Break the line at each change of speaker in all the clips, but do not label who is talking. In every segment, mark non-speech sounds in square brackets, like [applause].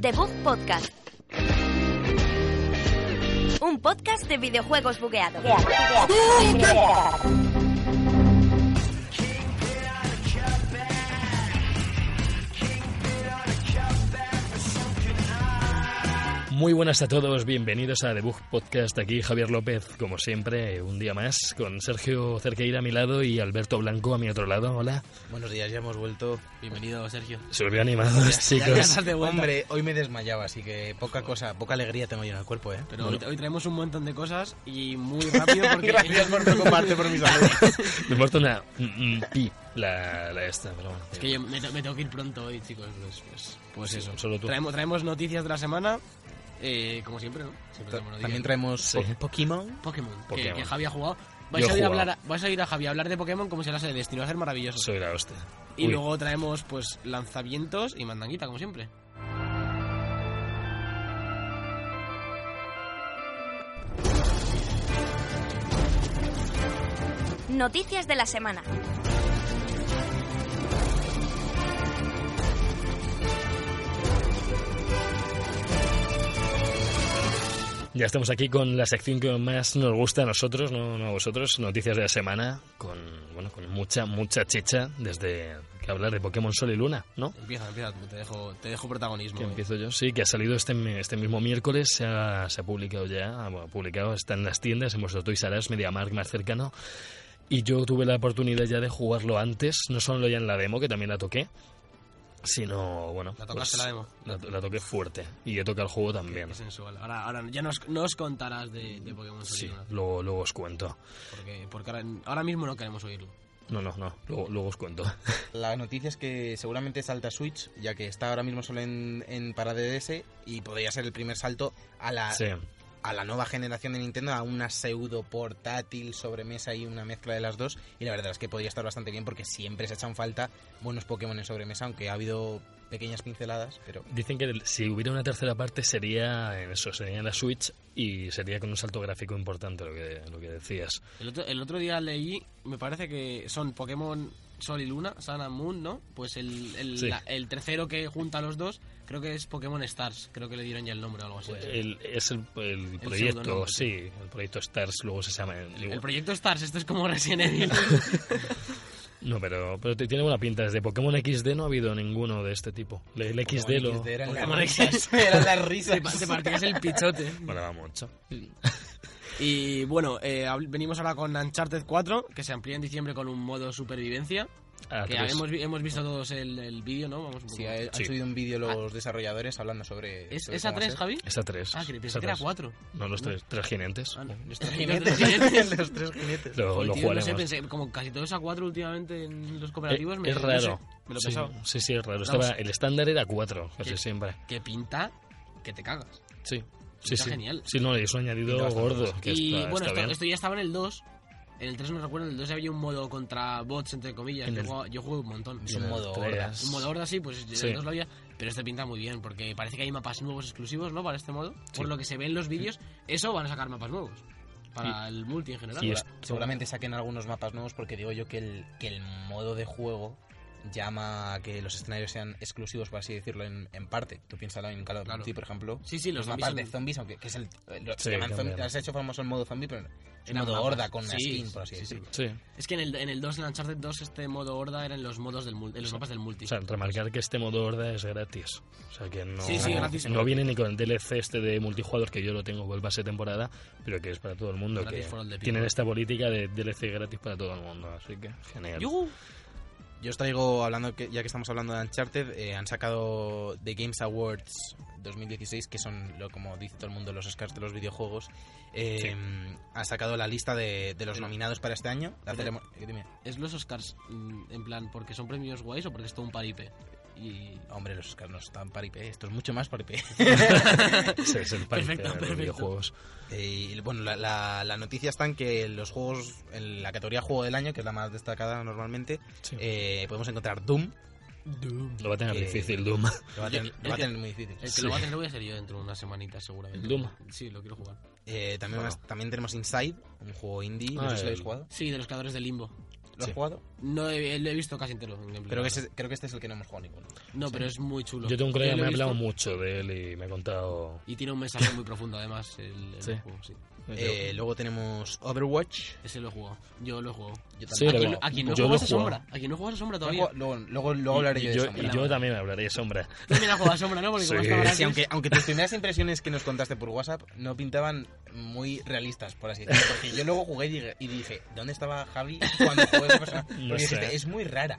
The Bug Podcast. Un podcast de videojuegos bugueado.
Muy buenas a todos, bienvenidos a The Bug Podcast. Aquí Javier López, como siempre, un día más, con Sergio Cerqueira a mi lado y Alberto Blanco a mi otro lado. Hola.
Buenos días, ya hemos vuelto. Bienvenido, Sergio.
Se volvió animados,
Ya- ya
chicos.
estás de vuelta.
Hombre, hoy me desmayaba, así que poca cosa, poca alegría tengo yo en el cuerpo, ¿eh?
Pero hoy, hoy traemos un montón de cosas y muy rápido
[laughs]
porque...
por preocuparte por mi salud.
Me he muerto una mm, mm, pi, la, la esta, pero bueno.
Es que yo me, te- me tengo que ir pronto hoy, chicos. Pues, pues, pues
Sí,
eso.
solo tú.
Traemos, traemos noticias de la semana, eh, como siempre, ¿no? Siempre traemos
[laughs]
noticias.
También traemos
Sí.
po- Pokémon.
Pokémon, que-
Pokémon.
Que, Javi ha jugado. Vais
Yo he
a, ir a
jugado.
hablar a- vais a ir a Javi a hablar de Pokémon como si hablase de Destino. Va a ser maravilloso.
Soy la hostia.
Y
Uy,
luego traemos, pues, lanzamientos y mandanguita, como siempre.
Noticias de la semana.
Ya estamos aquí con la sección que más nos gusta a nosotros, no, no a vosotros, noticias de la semana, con, bueno, con mucha, mucha chicha, desde que hablar de Pokémon Sol y Luna, ¿no?
Empieza, empieza. tú, Te dejo, te dejo protagonismo.
Que empiezo yo, sí, que ha salido este, mi- este mismo miércoles, se ha, se ha publicado ya, ah, bueno, publicado, está en las tiendas, en vuestro Toys R Us, MediaMarkt más cercano, y yo tuve la oportunidad ya de jugarlo antes, no solo ya en la demo, que también la toqué, sino, bueno...
¿La tocaste la demo?
La, to- la toqué fuerte, y he tocado el juego Pues también,
Qué sensual. Ahora, ahora ya nos, nos contarás de, de Pokémon Sol y
sí,
Luna,
luego, luego os cuento.
Porque, porque ahora, ahora mismo no queremos oírlo.
No, no, no, luego, luego os cuento.
La noticia es que seguramente salta a Switch, ya que está ahora mismo solo en, en para DDS y podría ser el primer salto a
Ah.
la,
[laughs] Sí,
a la nueva generación de Nintendo, a una pseudo portátil, sobremesa y una mezcla de las dos. Y la verdad es que podría estar bastante bien porque siempre se echan falta buenos Pokémon en sobremesa, aunque ha habido pequeñas pinceladas, pero...
dicen que el- si hubiera una tercera parte sería en eso, sería en la Switch y sería con un salto gráfico importante lo que, lo que decías.
El otro, el otro día leí, me parece que son Pokémon Sol y Luna, Sun and Moon, ¿no? Pues el, el,
Sí.
la- el tercero que junta los dos, creo que es Pokémon Stars, creo que le dieron ya el nombre o algo así.
El- es el, el proyecto,
pseudónimo,
sí, el proyecto Stars, luego se llama.
El proyecto Stars, esto es como Resident [laughs] Evil.
no, pero, pero te- tiene buena pinta. Desde Pokémon XD no ha habido ninguno de este tipo. Le- El, XD lo.
XD eran las
Pokémon
risas, [laughs]
XD.
eran las risas.
Te pa- te partías el pichote.
Molaba mucho.
Y bueno, eh, habl- venimos ahora con Uncharted 4, que se amplía en diciembre con un modo supervivencia.
Ah,
que
tres.
hemos, vi- hemos visto todos el, el vídeo, ¿no? Vamos un poco-
Sí, ha- han
Sí.
subido un vídeo los desarrolladores hablando sobre.
Ah. ¿Es,
sobre
¿Es a
cómo va
3, Javi?
Es a tres.
Ah, que
es
pensé
a
que era
tres.
4.
No, los tres, tres jinetes.
Ah, no, los
ser. [laughs]
tres
Jinetes,
[laughs] jinetes.
los tres jinetes.
Lo,
Joder,
lo
tío, no
jugaremos.
sé, pensé, como casi todos a 4 últimamente en los cooperativos.
Eh,
me,
es
no sé,
raro.
me lo
sí,
pensaba.
sí, sí, es raro.
Vamos.
Estaba, el estándar era 4, casi
Sí.
siempre.
Que pinta que te cagas.
Sí. Sí,
Está
sí.
genial.
Sí, no, es un añadido
bastante
gordo.
bien.
Que
y
está,
bueno,
está
esto,
bien.
esto ya estaba en el 2. En el 3 no recuerdo, en el 2 había un modo contra bots, entre comillas.
En
Yo,
el-
jugaba- yo jugué un montón.
Es un
Bien,
modo
tres.
horda.
Un modo horda, sí, pues en
Sí.
el 2 lo había. Pero este pinta muy bien, porque parece que hay mapas nuevos exclusivos, ¿no? Para este modo.
Sí.
Por lo que se ve en los vídeos, eso van a sacar mapas nuevos. Para el multi en general.
y
Ahora,
es-
Seguramente saquen algunos mapas nuevos porque digo yo que el, que el modo de juego llama a que los escenarios sean exclusivos, por así decirlo, en, en parte. Tú piénsalo en Call of
Claro.
Duty, por ejemplo.
Sí, sí, los
mapas
zombies
de
son-
zombies, aunque que es el. Lo,
Sí,
llaman zombie,
también.
has hecho famoso el modo zombie, pero es un
Eran
modo
mapas.
horda con una
Sí,
skin, por así
sí, sí.
decirlo.
Sí.
Es que en el, en el 2, en Uncharted 2, este modo horda era en los modos del mul- en los mapas del multi.
O sea, remarcar que este modo horda es gratis. O sea, que no,
Sí, sí, gratis.
no viene ni con el DLC este de multijugador que yo lo tengo con el pase de temporada, pero que es para todo el mundo.
Gratis
que
for all the people.
tienen esta política de DLC gratis para todo el mundo, así que genial. [laughs]
Yuhu.
Yo os traigo, hablando que, ya que estamos hablando de Uncharted, eh, han sacado The Games Awards 2016, que son, lo, como dice todo el mundo, los Oscars de los videojuegos. Eh,
Sí.
Ha sacado la lista de, de los
Pero-
nominados para este año. La
pero-
ceremo- eh, dime.
¿Es los Oscars mm, en plan porque son premios guays o porque es todo un paripe? Y...
Hombre, los Oscars no están paripé, eh, esto es mucho más paripé.
Sí, es el parque
[laughs] Perfecto,
de los
perfecto.
videojuegos.
[laughs] Eh, y bueno, la, la- la noticia está en que los juegos, en la categoría Juego del Año, que es la más destacada normalmente,
Sí.
eh, podemos encontrar Doom.
lo va a tener
que-
difícil, Doom.
Lo va a
Yo-
tener,
yo
lo va a
que-
tener muy difícil.
El que lo va a tener voy a ser yo dentro de una semanita seguramente.
¿El Doom?
Sí, lo quiero jugar.
Eh, también,
Bueno.
más- también tenemos Inside, un juego indie,
Ah,
no sé si lo
el-
habéis jugado.
Sí, de los creadores de Limbo.
¿Lo has
Sí.
jugado?
No he, eh, lo he visto casi entero. en gameplay.
Creo que, ese- creo que este es el que no hemos jugado ninguno.
No, pero es muy chulo.
Yo tengo un colega que
lo
me ha
he visto
hablado mucho de él y me ha contado...
Y tiene un mensaje muy profundo, además. El, el
Sí.
juego, sí.
Pues
Eh, luego tenemos Overwatch.
Ese lo he jugado. Yo lo he jugado.
Yo
Sí,
también. Ah,
lo
Aquí,
he jugado. Yo
no- aquí no juegas
lo
a
he jugado.
sombra. Aquí no juegas a sombra todavía.
Luego, luego, luego- luego hablaré
y
yo de
yo,
eso.
y yo también hablaré de sombra.
También has jugado a sombra, ¿no? Porque como
Sí.
estaba
Sí,
gratis-
aunque, aunque [laughs] tus primeras impresiones que nos contaste por WhatsApp no pintaban muy realistas, por así decirlo. Porque yo luego jugué y dije, y dije, ¿dónde estaba Javi cuando jugué
[laughs]
esa persona? Porque
No sé.
dijiste, es muy rara.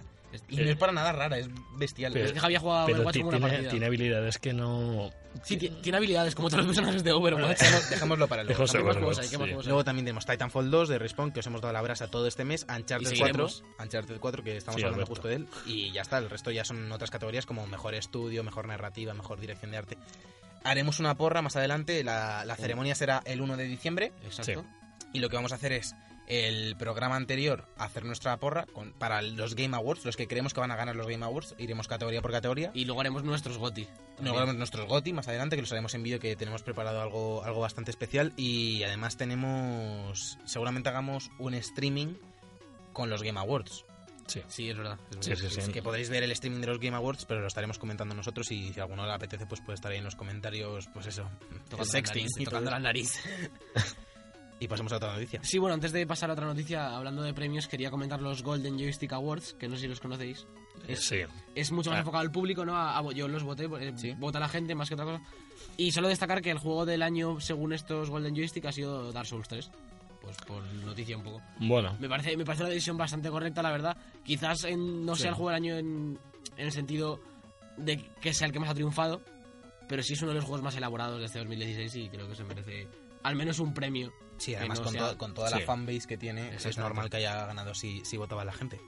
Y
Eh,
no es para nada rara, es bestial.
pero-
Es que Javi ha jugado a
Pero
Overwatch
ti-
como una
tiene,
partida.
tiene habilidades que no...
Sí, ti- tiene habilidades como todos los personajes
[laughs]
de Overwatch.
Dejamos- Dejémoslo para luego.
Dejamos
¿Qué más
Overwatch,
juegos hay? ¿Qué más
sí.
juegos hay?
Luego también tenemos Titanfall 2 de Respawn, que os hemos dado la brasa todo este mes,
Y
Uncharted 4,
seguiremos.
Uncharted 4, que estamos
Sí,
hablando
Alberto.
justo de él, y ya está, el resto ya son otras categorías como mejor estudio, mejor narrativa, mejor dirección de arte. Haremos una porra más adelante, la, la ceremonia será el 1 de diciembre,
Exacto.
y lo que vamos a hacer es el programa anterior hacer nuestra porra con- para los Game Awards, los que creemos que van a ganar los Game Awards, iremos categoría por categoría.
Y luego haremos nuestros GOTI.
Nos grabamos nuestros GOTI más adelante, que los haremos en vídeo, que tenemos preparado algo, algo bastante especial. Y además tenemos... Seguramente hagamos un streaming con los Game Awards.
Sí.
Sí, es verdad. es
Sí,
verdad.
sí, sí.
Que podréis ver el streaming de los Game Awards, pero lo estaremos comentando nosotros. Y si a alguno le apetece, pues puede estar ahí en los comentarios, pues eso.
Tocando
Sexting
la nariz,
y todo
tocando
eso.
la nariz.
Y pasemos a otra noticia.
[laughs] Sí, bueno, antes de pasar a otra noticia, hablando de premios, quería comentar los Golden Joystick Awards, que no sé si los conocéis.
Eh,
Es,
Sí.
es mucho más
Ah.
enfocado al público, ¿no? A- a- yo los voté, eh, vota la gente más que otra cosa. Y solo destacar que el juego del año, según estos Golden Joystick, ha sido Dark Souls 3. Pues por noticia un poco.
Bueno,
Me parece, me parece una decisión bastante correcta, la verdad. Quizás en- no
Sí.
sea el juego del año en, en el sentido de que sea el que más ha triunfado, pero sí es uno de los juegos más elaborados de este 2016 y creo que se merece al menos un premio.
Sí,
Que
además
no
con,
sea-
toda- con toda
sí.
la fanbase que tiene, es
Exactamente.
normal que haya ganado si, si votaba la gente.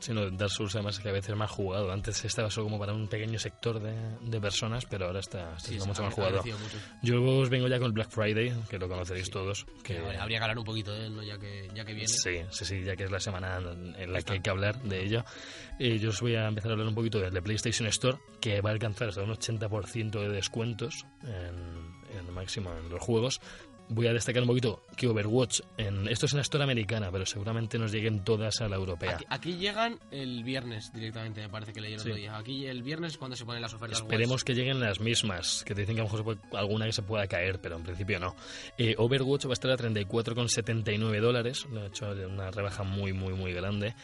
sino Dark Souls además que a veces es más jugado. Antes estaba solo como para un pequeño sector de, de personas, pero ahora está, está siendo
se-
mucho
ha-
más
ha
jugado.
crecido mucho.
Yo os vengo ya con el Black Friday, que lo conoceréis todos. Que,
Que habría que hablar un poquito de él, ¿no? ya, que, ya que viene.
Sí, sí, sí, ya que es la semana en la que hay que hablar de ello. Eh, yo os voy a empezar a hablar un poquito del de PlayStation Store, que va a alcanzar hasta un 80% de descuentos en, en máximo en los juegos. Voy a destacar un poquito que Overwatch, en, esto es en la Store americana, pero seguramente nos lleguen todas a la europea.
Aquí, aquí llegan el viernes directamente, me parece que leí el otro
Sí.
día. Aquí el viernes es cuando se ponen las ofertas. pues,
Esperemos que lleguen las mismas, que te dicen que a lo mejor se puede- alguna que se pueda caer, pero en principio no. Eh, Overwatch va a estar a 34,79 dólares, de hecho una rebaja muy, muy, muy grande.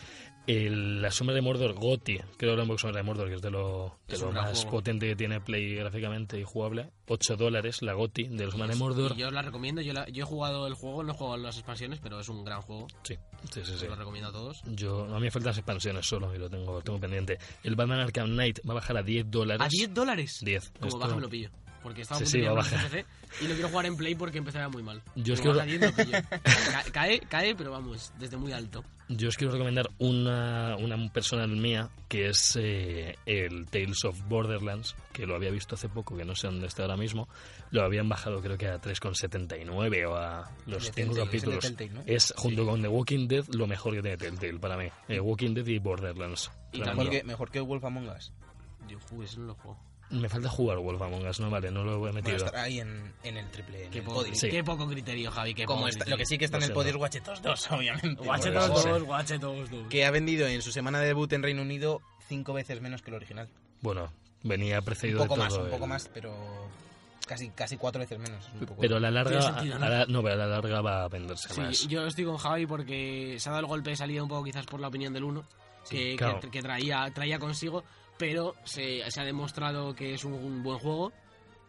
El- la sombra de Mordor, Gotti, creo que la sombra de Mordor, que es de lo, de
Es
lo
un gran
más
juego.
potente que tiene Play gráficamente y jugable. 8 dólares la Gotti de la sombra de Mordor.
Wars. pues, Y yo os la recomiendo, yo, la- yo he jugado el juego, no he jugado las expansiones, pero es un gran juego,
Sí, sí, sí.
os
sí.
lo recomiendo a todos.
Yo, a mí me faltan las expansiones solo y lo tengo, lo tengo pendiente. El Batman Arkham Knight va a bajar a 10 dólares.
¿A 10 dólares?
10.
Como
Esto-
baja me lo pillo. Porque estaba
Sí,
a punto
sí,
de
va a
pillarlo en PC y no quiero jugar en Play porque empezaba muy mal.
Yo es
Como
que-
baja 10 lo
[laughs]
pillo. Ca- cae, cae, pero vamos, desde muy alto.
Yo os quiero recomendar una, una personal mía que es eh, el Tales of Borderlands, que lo había visto hace poco, que no sé dónde está ahora mismo. Lo habían bajado creo que a 3,79 o a los 5
De Telltale, es el de
capítulos.
Telltale, ¿no?
Es junto con The Walking Dead lo mejor que tiene Telltale para mí. Eh, Walking Dead y Borderlands.
Mm. Y
Tremendo.
Mejor que, mejor que Wolf Among Us.
Yo jugué, eso no lo juego.
Me falta jugar Wolf Among Us, no vale, no lo he
Bueno,
metido.
estará ahí en, en el triple, en
Qué
el
poco,
podium.
Sí.
qué poco criterio, Javi. Qué
Como
poco
está- lo
criterio.
que sí que está en
Lo
el
sé,
podio es
no.
Watchetos 2, [laughs] obviamente.
Guache
Bueno,
todos
sí.
dos, guache todos dos.
Que ha vendido en su semana de debut en Reino Unido cinco veces menos que el original.
Bueno, venía
Un
precedido
poco
de
más,
todo eh.
un poco
el-
más, pero casi, casi cuatro veces menos. es un poco-
Pero a la larga,
Tiene sentido,
a-
¿no?
a la- no, pero a la larga va a venderse
Sí,
más.
yo estoy con Javi porque se ha dado el golpe de salida un poco quizás por la opinión del uno
Sí,
que,
claro.
que- que traía, traía consigo, pero se, se ha demostrado que es un, buen juego,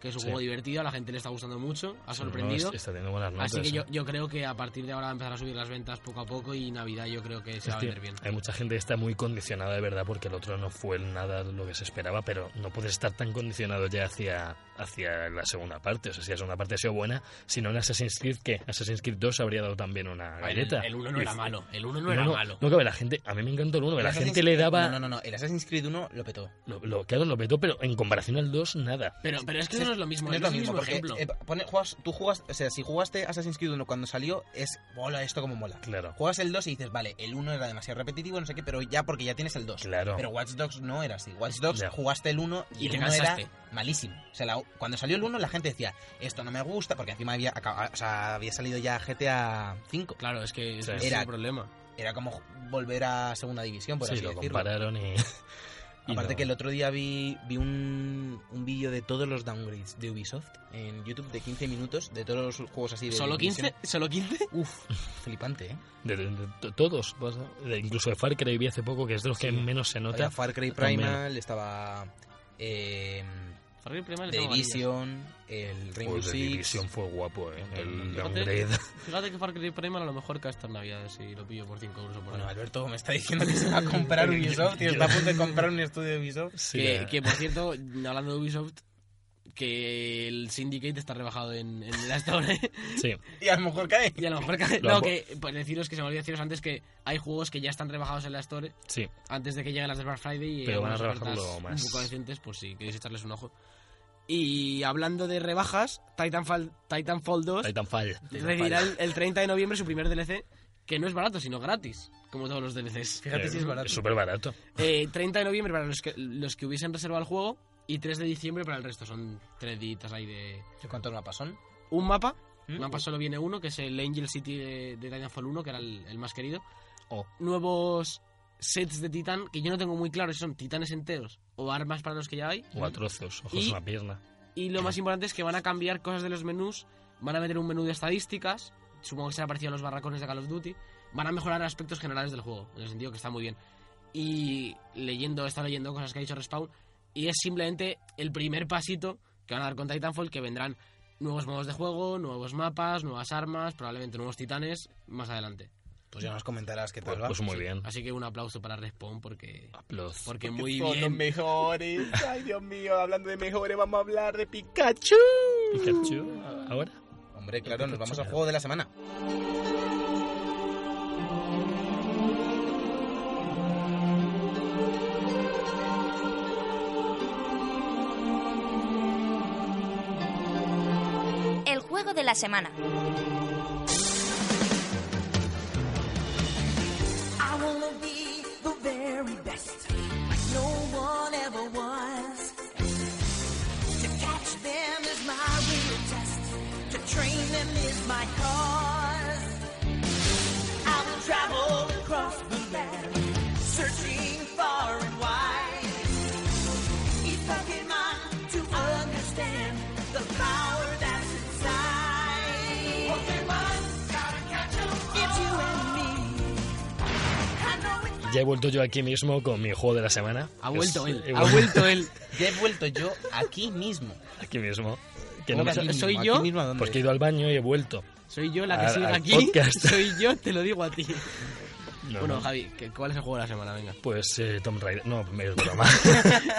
que es un
Sí.
juego divertido, a la gente le está gustando mucho, ha
No, no,
sorprendido.
es- está teniendo buenas notas.
Así que yo,
¿eh?
yo creo que a partir de ahora va a empezar a subir las ventas poco a poco y Navidad yo creo que se
Es
va a
que
vender bien.
Hay mucha gente que está muy condicionada de verdad porque el otro no fue nada lo que se esperaba, pero no puedes estar tan condicionado ya hacia, hacia la segunda parte. O sea, si la segunda parte ha sido buena, si no en Assassin's Creed, ¿qué? Assassin's Creed 2 habría dado también una galleta.
El 1 no
Y-
era malo, el 1 no,
No,
era
no,
malo.
No, que la gente, a mí me encantó el 1, que
El
la
Assassin's-
gente le daba...
No, no, no, el Assassin's Creed 1 lo petó.
Lo, lo, claro, lo petó, pero en comparación al 2, nada.
Pero, pero es que eso no es lo mismo,
No es lo mismo,
mismo
porque
ejemplo.
eh, pone- juegas- tú jugas, o sea, si jugaste Assassin's Creed 1 cuando salió, es mola esto como mola.
Claro.
Juegas el 2 y dices, vale, el 1 era demasiado repetitivo, no sé qué, pero ya porque ya tienes el 2.
Claro.
Pero Watch Dogs no era así. Watch Dogs
Ya.
jugaste el 1 y,
Y
el
te
1
cansaste.
era malísimo. O sea, la- cuando salió el 1 la gente decía, esto no me gusta, porque encima había, acaba- o sea, había salido ya GTA 5.
Claro, es que es
Sí.
ese es
Era-
el problema.
Era como volver a segunda división, por
sí,
así
lo
decirlo.
compararon y... [laughs] y
Aparte
no.
que el otro día vi, vi un, un vídeo de todos los downgrades de Ubisoft en YouTube de 15 minutos, de todos los juegos así de...
¿Solo
división.
15? ¿Solo 15?
Uf, flipante, ¿eh?
De, de- de- de todos, vas a- de- incluso de Far Cry vi hace poco, que es de los que
Sí.
menos se nota.
Había Far Cry
también.
Primal, estaba... Eh,
Ferrari Primal
The
está amarillo.
Division, el Rainbow
Pues, The
Six...
Division fue guapo, ¿eh? El
Fíjate.
downgrade.
Fíjate que Far Cry Primal a lo mejor cae estas navidades y lo pillo por 5 euros o por
Bueno,
ahí.
Alberto me está diciendo que se [laughs] va a comprar Ubisoft, tío. Está a punto de comprar un estudio de Ubisoft.
[laughs] Sí, eh,
Que,
la-
que, por [laughs] cierto, hablando de Ubisoft, que el Syndicate está rebajado en, en la Store. [laughs]
sí.
Y a lo mejor cae.
y a lo mejor cae-
Lo
No,
han-
que pues deciros que se me olvidó deciros antes que hay juegos que ya están rebajados en la Store
sí.
antes de que lleguen las del Black Friday. y
Pero van a
algunas
rebajarlo
ofertas
más.
Un poco decentes, pues si queréis echarles un ojo. Y hablando de rebajas, Titanfall, Titanfall 2
Titanfall.
recibirá el, el 30 de noviembre su primer DLC, que no es barato, sino gratis, como todos los
[laughs]
DLCs.
Fíjate
Eh,
si es barato.
Súper barato.
Eh, 30 de noviembre para los que, los que hubiesen reservado el juego y 3 de diciembre para el resto. Son tres días ahí de...
¿Cuántos mapas son?
Un mapa,
¿Mm?
un mapa solo viene uno, que es el Angel City de, de Titanfall 1, que era el, el más querido.
Oh.
Nuevos sets de titán, que yo no tengo muy claro si son titanes enteros o armas para los que ya hay.
O a trozos, ojos
Y-
una pierna.
Y lo más importante es que van a cambiar cosas de los menús, van a meter un menú de estadísticas, supongo que será parecido a los barracones de Call of Duty, van a mejorar aspectos generales del juego, en el sentido que está muy bien. Y leyendo, he estado leyendo cosas que ha dicho Respawn, y es simplemente el primer pasito que van a dar con Titanfall, que vendrán nuevos modos de juego, nuevos mapas, nuevas armas, probablemente nuevos titanes, más adelante.
Pues ya nos comentarás qué
Pues,
tal va.
pues muy bien.
Así que un aplauso para Respawn porque...
Aplauz.
Porque
Que
muy
son los
bien.
mejores. Ay, Dios mío, hablando de mejores, vamos a hablar de Pikachu.
Pikachu, ahora.
Hombre, claro, nos vamos al
Pikachu.
juego de la semana.
El juego de la semana.
I wanna be the very best, like no one ever was. To catch them is my real test, to train them is my cause. I will travel across the land, searching far and wide. Each Pokemon to understand the power that's inside. Pokemon, gotta catch 'em all. It's you and me. I know it's
Ya he vuelto yo aquí mismo con mi juego de la semana.
Ha
Es-
vuelto
he
él, ha
vuelto
vuelto él.
Ya he vuelto yo aquí mismo.
[laughs] Aquí mismo. Que
¿Cómo
no
que
me-
aquí
soy
mismo?
yo?
¿Aquí mismo a dónde?
Porque he ido al baño y he vuelto.
Soy yo la que
Al-
sigue
al
aquí,
podcast.
soy yo, te lo digo a ti.
No,
bueno,
no.
Javi, ¿qué- ¿cuál es el juego de la semana? Venga. [laughs]
Pues eh, Tomb Raider. No, me es broma.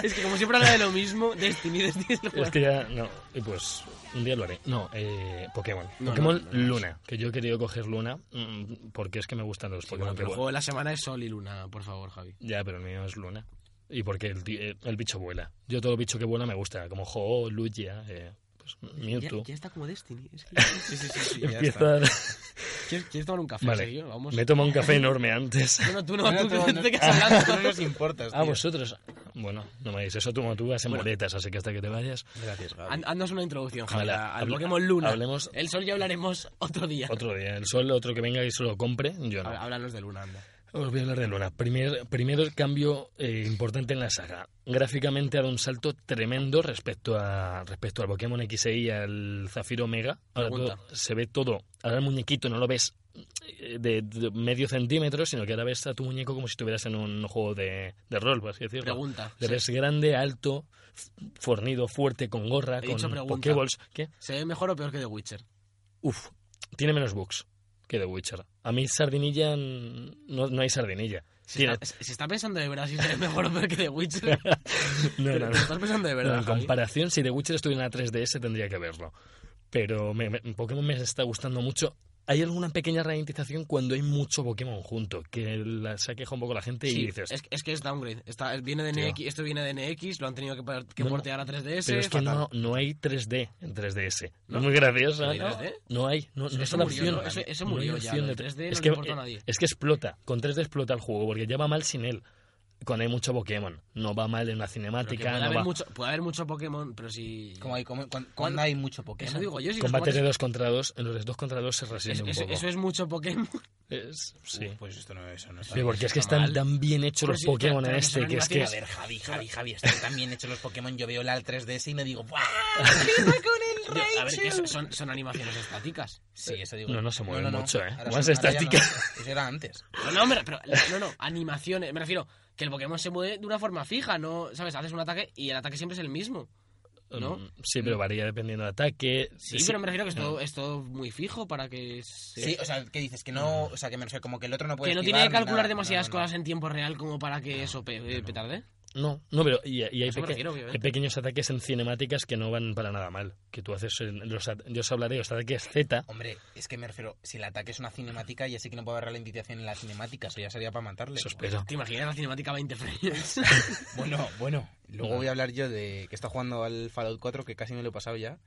Es que como siempre habla de lo mismo, [laughs] Destiny, Destiny es el juego.
es que ya. No. Y pues. Un día lo haré. No, eh, Pokémon.
No,
Pokémon
no, no, no.
Luna. Que yo he querido coger Luna. mm, Porque es que me gustan los
Sí, bueno,
Pokémon.
pero
que
el juego de la semana es Sol y Luna, por favor, Javi.
Ya, pero el mío es Luna. Y porque el, ti- eh, el bicho vuela. Yo todo bicho que vuela me gusta, como Jo, Lugia, eh, pues,
Ya,
Mewtwo.
ya está como Destiny. es que-
Sí, sí, sí, sí, ya está.
Empieza...
[laughs] ¿Quieres, quieres tomar un café,
Vale.
Sergio? Vamos.
Me tomo un café enorme
[laughs]
antes.
No, no, tú no,
Bueno,
tú,
tú,
que
no-
te
[laughs]
quedas hablando.
No nos importas,
Ah,
tío.
vosotros. Bueno, no me digáis eso, tú como tú vas en
Bueno.
boletas, así que hasta que te vayas.
Gracias, Gaby.
Han- Haznos una introducción, Javi,
Vale,
a- al
hable-
Pokémon Luna.
hablemos-
El Sol ya hablaremos otro día.
Otro día, el sol, otro que venga y se lo compre, yo no.
Há- Háblanos de Luna, anda.
Os voy a hablar de Luna. Primer, primero el cambio eh, importante en la saga. Gráficamente ha dado un salto tremendo respecto a respecto al Pokémon X e y al Zafiro Omega. Ahora
Pregunta.
todo- se ve todo. Ahora el muñequito no lo ves eh, de, de medio centímetro, sino que ahora ves a tu muñeco como si estuvieras en un juego de, de rol, por así decirlo.
Pregunta.
Le ves grande, alto, f- fornido, fuerte, con gorra,
He
con
dicho pregunta.
Pokéballs. ¿Qué?
¿Se ve mejor o peor que The Witcher?
Uf, tiene menos bugs que The Witcher. A mí sardinilla n- no, no hay sardinilla. [laughs]
¿Se
Tiene-
está, se- se está pensando de verdad si se ve mejor o peor que The Witcher?
[laughs] no,
Pero
no,
¿te
no.
estás pensando de
No,
verdad,
en
Javi?
comparación, si The Witcher estuviera en la 3DS tendría que verlo. Pero me- me- Pokémon me está gustando mucho. Hay alguna pequeña ralentización cuando hay mucho Pokémon junto, que la, se queja un poco la gente
Sí,
y dices...
es, es que es downgrade. Está, viene de
Tío.
NX, esto viene de NX, lo han tenido que, par- que
No, no.
portear a 3DS.
pero es que
fatal.
no, no hay 3D en 3DS. No,
¿No?
es muy gracioso. ¿eh?
¿No hay 3D?
No hay. No, no
Eso
es una
murió,
opción.
¿no? Eso- eso
No hay
murió ya,
opción
lo
de-
de 3D no
es
le
que,
importa a nadie.
Es que explota. Con 3D explota el juego porque ya va mal sin él. con él mucho Pokémon. No va mal en la
Pero que
cinemática,
puede,
no
haber
va...
mucho, puede haber mucho Pokémon, pero si...
Como hay, como, cuan- cuando hay mucho Pokémon.
Eso digo yo, si los
Combates de
jugadores-
dos contra dos, en los de dos contra dos se
Es-
resiente un
es-
poco.
eso es mucho [laughs] Pokémon.
Es- sí.
Uf, pues esto no, eso no está
Pero porque es que
está
están
mal.
tan bien hechos
Pero
los
sí, pero-
Pokémon en
pero que
este
son
que es que...
A ver, Javi, Javi, Javi, están tan bien hechos los Pokémon. Yo veo la 3DS y me digo, ¡buah!
Yo- a ver, que son- son, son animaciones estáticas.
Sí, eso digo.
No,
yo.
no se mueve mucho, ¿eh?
Ahora
Más
son- ahora ya
estática.
no. Eso era antes.
No, no, hombre, pero, no, no, animaciones. Me refiero que el Pokémon se mueve de una forma fija, ¿no? ¿Sabes? Haces un ataque y el ataque siempre es el mismo. ¿No?
Mm, Sí, pero varía dependiendo del ataque.
Sí, Mm. pero me refiero que es todo, es todo muy fijo para que... se-
Sí, o sea, ¿qué dices? Que no, o sea, que me refiero, como que el otro no puede
que no
esquivar
tiene que
ni nada.
calcular
No,
demasiadas
no, no.
cosas en tiempo real como para que eso pe- eh, petarde.
No, no, pero y, y hay,
eso me
peque-
refiero, obviamente.
hay pequeños ataques en cinemáticas que no van para nada mal. Que tú haces... en los at- yo os hablaré de los ataques Z.
Hombre, es que me refiero, si el ataque es una cinemática, ya sé que no puedo haber ralentización en la cinemática, eso ya sería para matarle.
Eso espero.
¿Te imaginas la cinemática 20 frames?
Bueno, bueno. Luego voy a hablar yo de que está jugando al Fallout 4, que casi me lo he pasado ya.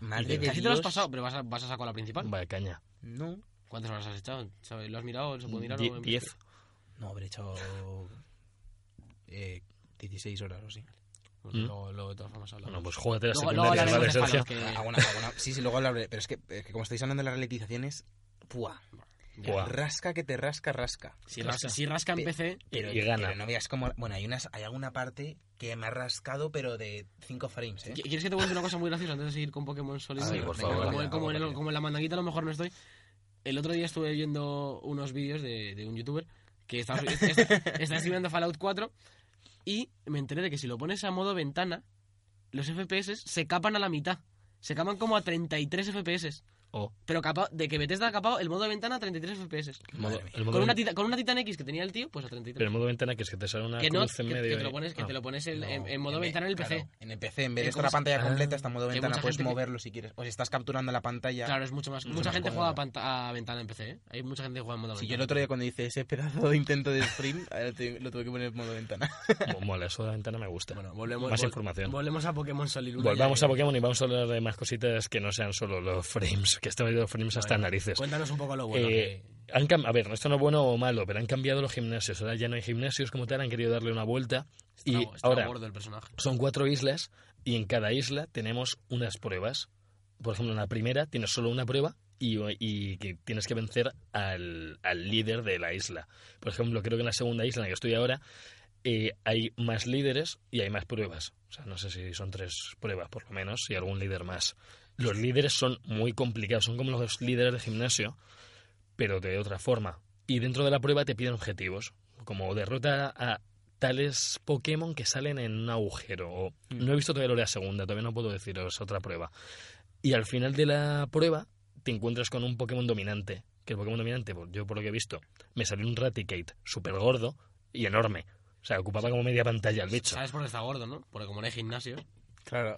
Madre de
Casi te lo has
Dios.
pasado, pero vas a, vas a sacar la principal.
Vaya caña.
No.
¿Cuántas horas has echado? ¿Sabes? ¿Lo has mirado? ¿Se puede mirar?
Die-
o no?
diez.
No, habré echado eh, 16 horas o Pues sí.
Porque
¿Mm?
luego, luego de todas formas hablamos.
Bueno, pues júgate las
luego, luego
secundarias, ¿vale,
hablaremos de
Sergio?
Fallout, que-
Alguna, alguna- Sí, sí, luego hablaré. Pero es que, es que como estáis hablando de las ralentizaciones, ¡pua!
Buah.
Rasca que te rasca, rasca.
Si rasca, si rasca en
Pe-
PC,
Pero,
Y gana.
pero no veas cómo... Bueno, hay, unas, hay alguna parte que me ha rascado, pero de 5 frames, ¿eh?
¿qui- ¿quieres que te cuente una cosa muy graciosa antes de seguir con Pokémon Sol y
Sí,
Luna?
por
Venga,
favor.
Como,
Venga,
como en,
venga.
como en la mandanguita a lo mejor no estoy. El otro día estuve viendo unos vídeos de, de un youtuber que está, está, está streameando Fallout 4 y me enteré de que si lo pones a modo ventana, los FPS se capan a la mitad. Se capan como a 33 FPS.
Oh,
Pero capa- de que Bethesda ha capado el modo ventana a 33 FPS.
modo-
mía.
el modo
Con una,
ven-
tita- con una Titan X que tenía el tío, pues a 33.
pero el modo ventana que es que te sale una
que no,
cruz
que,
en
que
medio.
te
y-
lo pones, que
Ah.
te lo pones en,
No,
en- en modo ventana en el PC.
claro, en el PC, en vez
Eh,
de estar
¿cómo
la
se-
pantalla
Ah,
completa, está en modo
que
ventana,
mucha
puedes
gente que-
moverlo si quieres. O si estás capturando la pantalla.
Claro, es mucho más.
Mucho
mucha
más
gente
cómodo.
juega a, panta- a ventana en PC. ¿eh? Hay mucha gente que juega en modo
Si yo el
ventana.
otro día cuando hice ese pedazo de [laughs] intento de sprint, ahora te- lo tuve que poner en modo
[laughs]
ventana.
Mo- Mola, eso de la ventana me gusta.
Bueno, volvemos,
Más
vol-
información.
Volvemos a Pokémon Sol y Luna.
Volvamos
ya
a
que-
Pokémon y vamos a hablar de más cositas que no sean solo los frames, que están los frames hasta
Bueno,
narices.
Cuéntanos un poco lo bueno.
Eh, han cam- a ver, esto no es bueno o malo, pero han cambiado los gimnasios. Ahora ya no hay gimnasios como tal, han querido darle una vuelta.
que
y
está, está
ahora
gordo el personaje.
son cuatro islas y en cada isla tenemos unas pruebas. Por ejemplo, en la primera tienes solo una prueba y, y que tienes que vencer al, al líder de la isla. Por ejemplo, creo que en la segunda isla en la que estoy ahora eh, hay más líderes y hay más pruebas. O sea, no sé si son tres pruebas, por lo menos, y algún líder más. Los líderes son muy complicados, son como los líderes de gimnasio, pero de otra forma. Y dentro de la prueba te piden objetivos, como derrota a tales Pokémon que salen en un agujero. O, no he visto todavía lo de la segunda, todavía no puedo deciros otra prueba. Y al final de la prueba te encuentras con un Pokémon dominante. Que el Pokémon dominante, por- yo por lo que he visto, me salió un Raticate súper gordo y enorme. O sea, ocupaba como media pantalla el bicho.
¿Sabes por qué está gordo, no? Porque como no hay gimnasio.
Claro.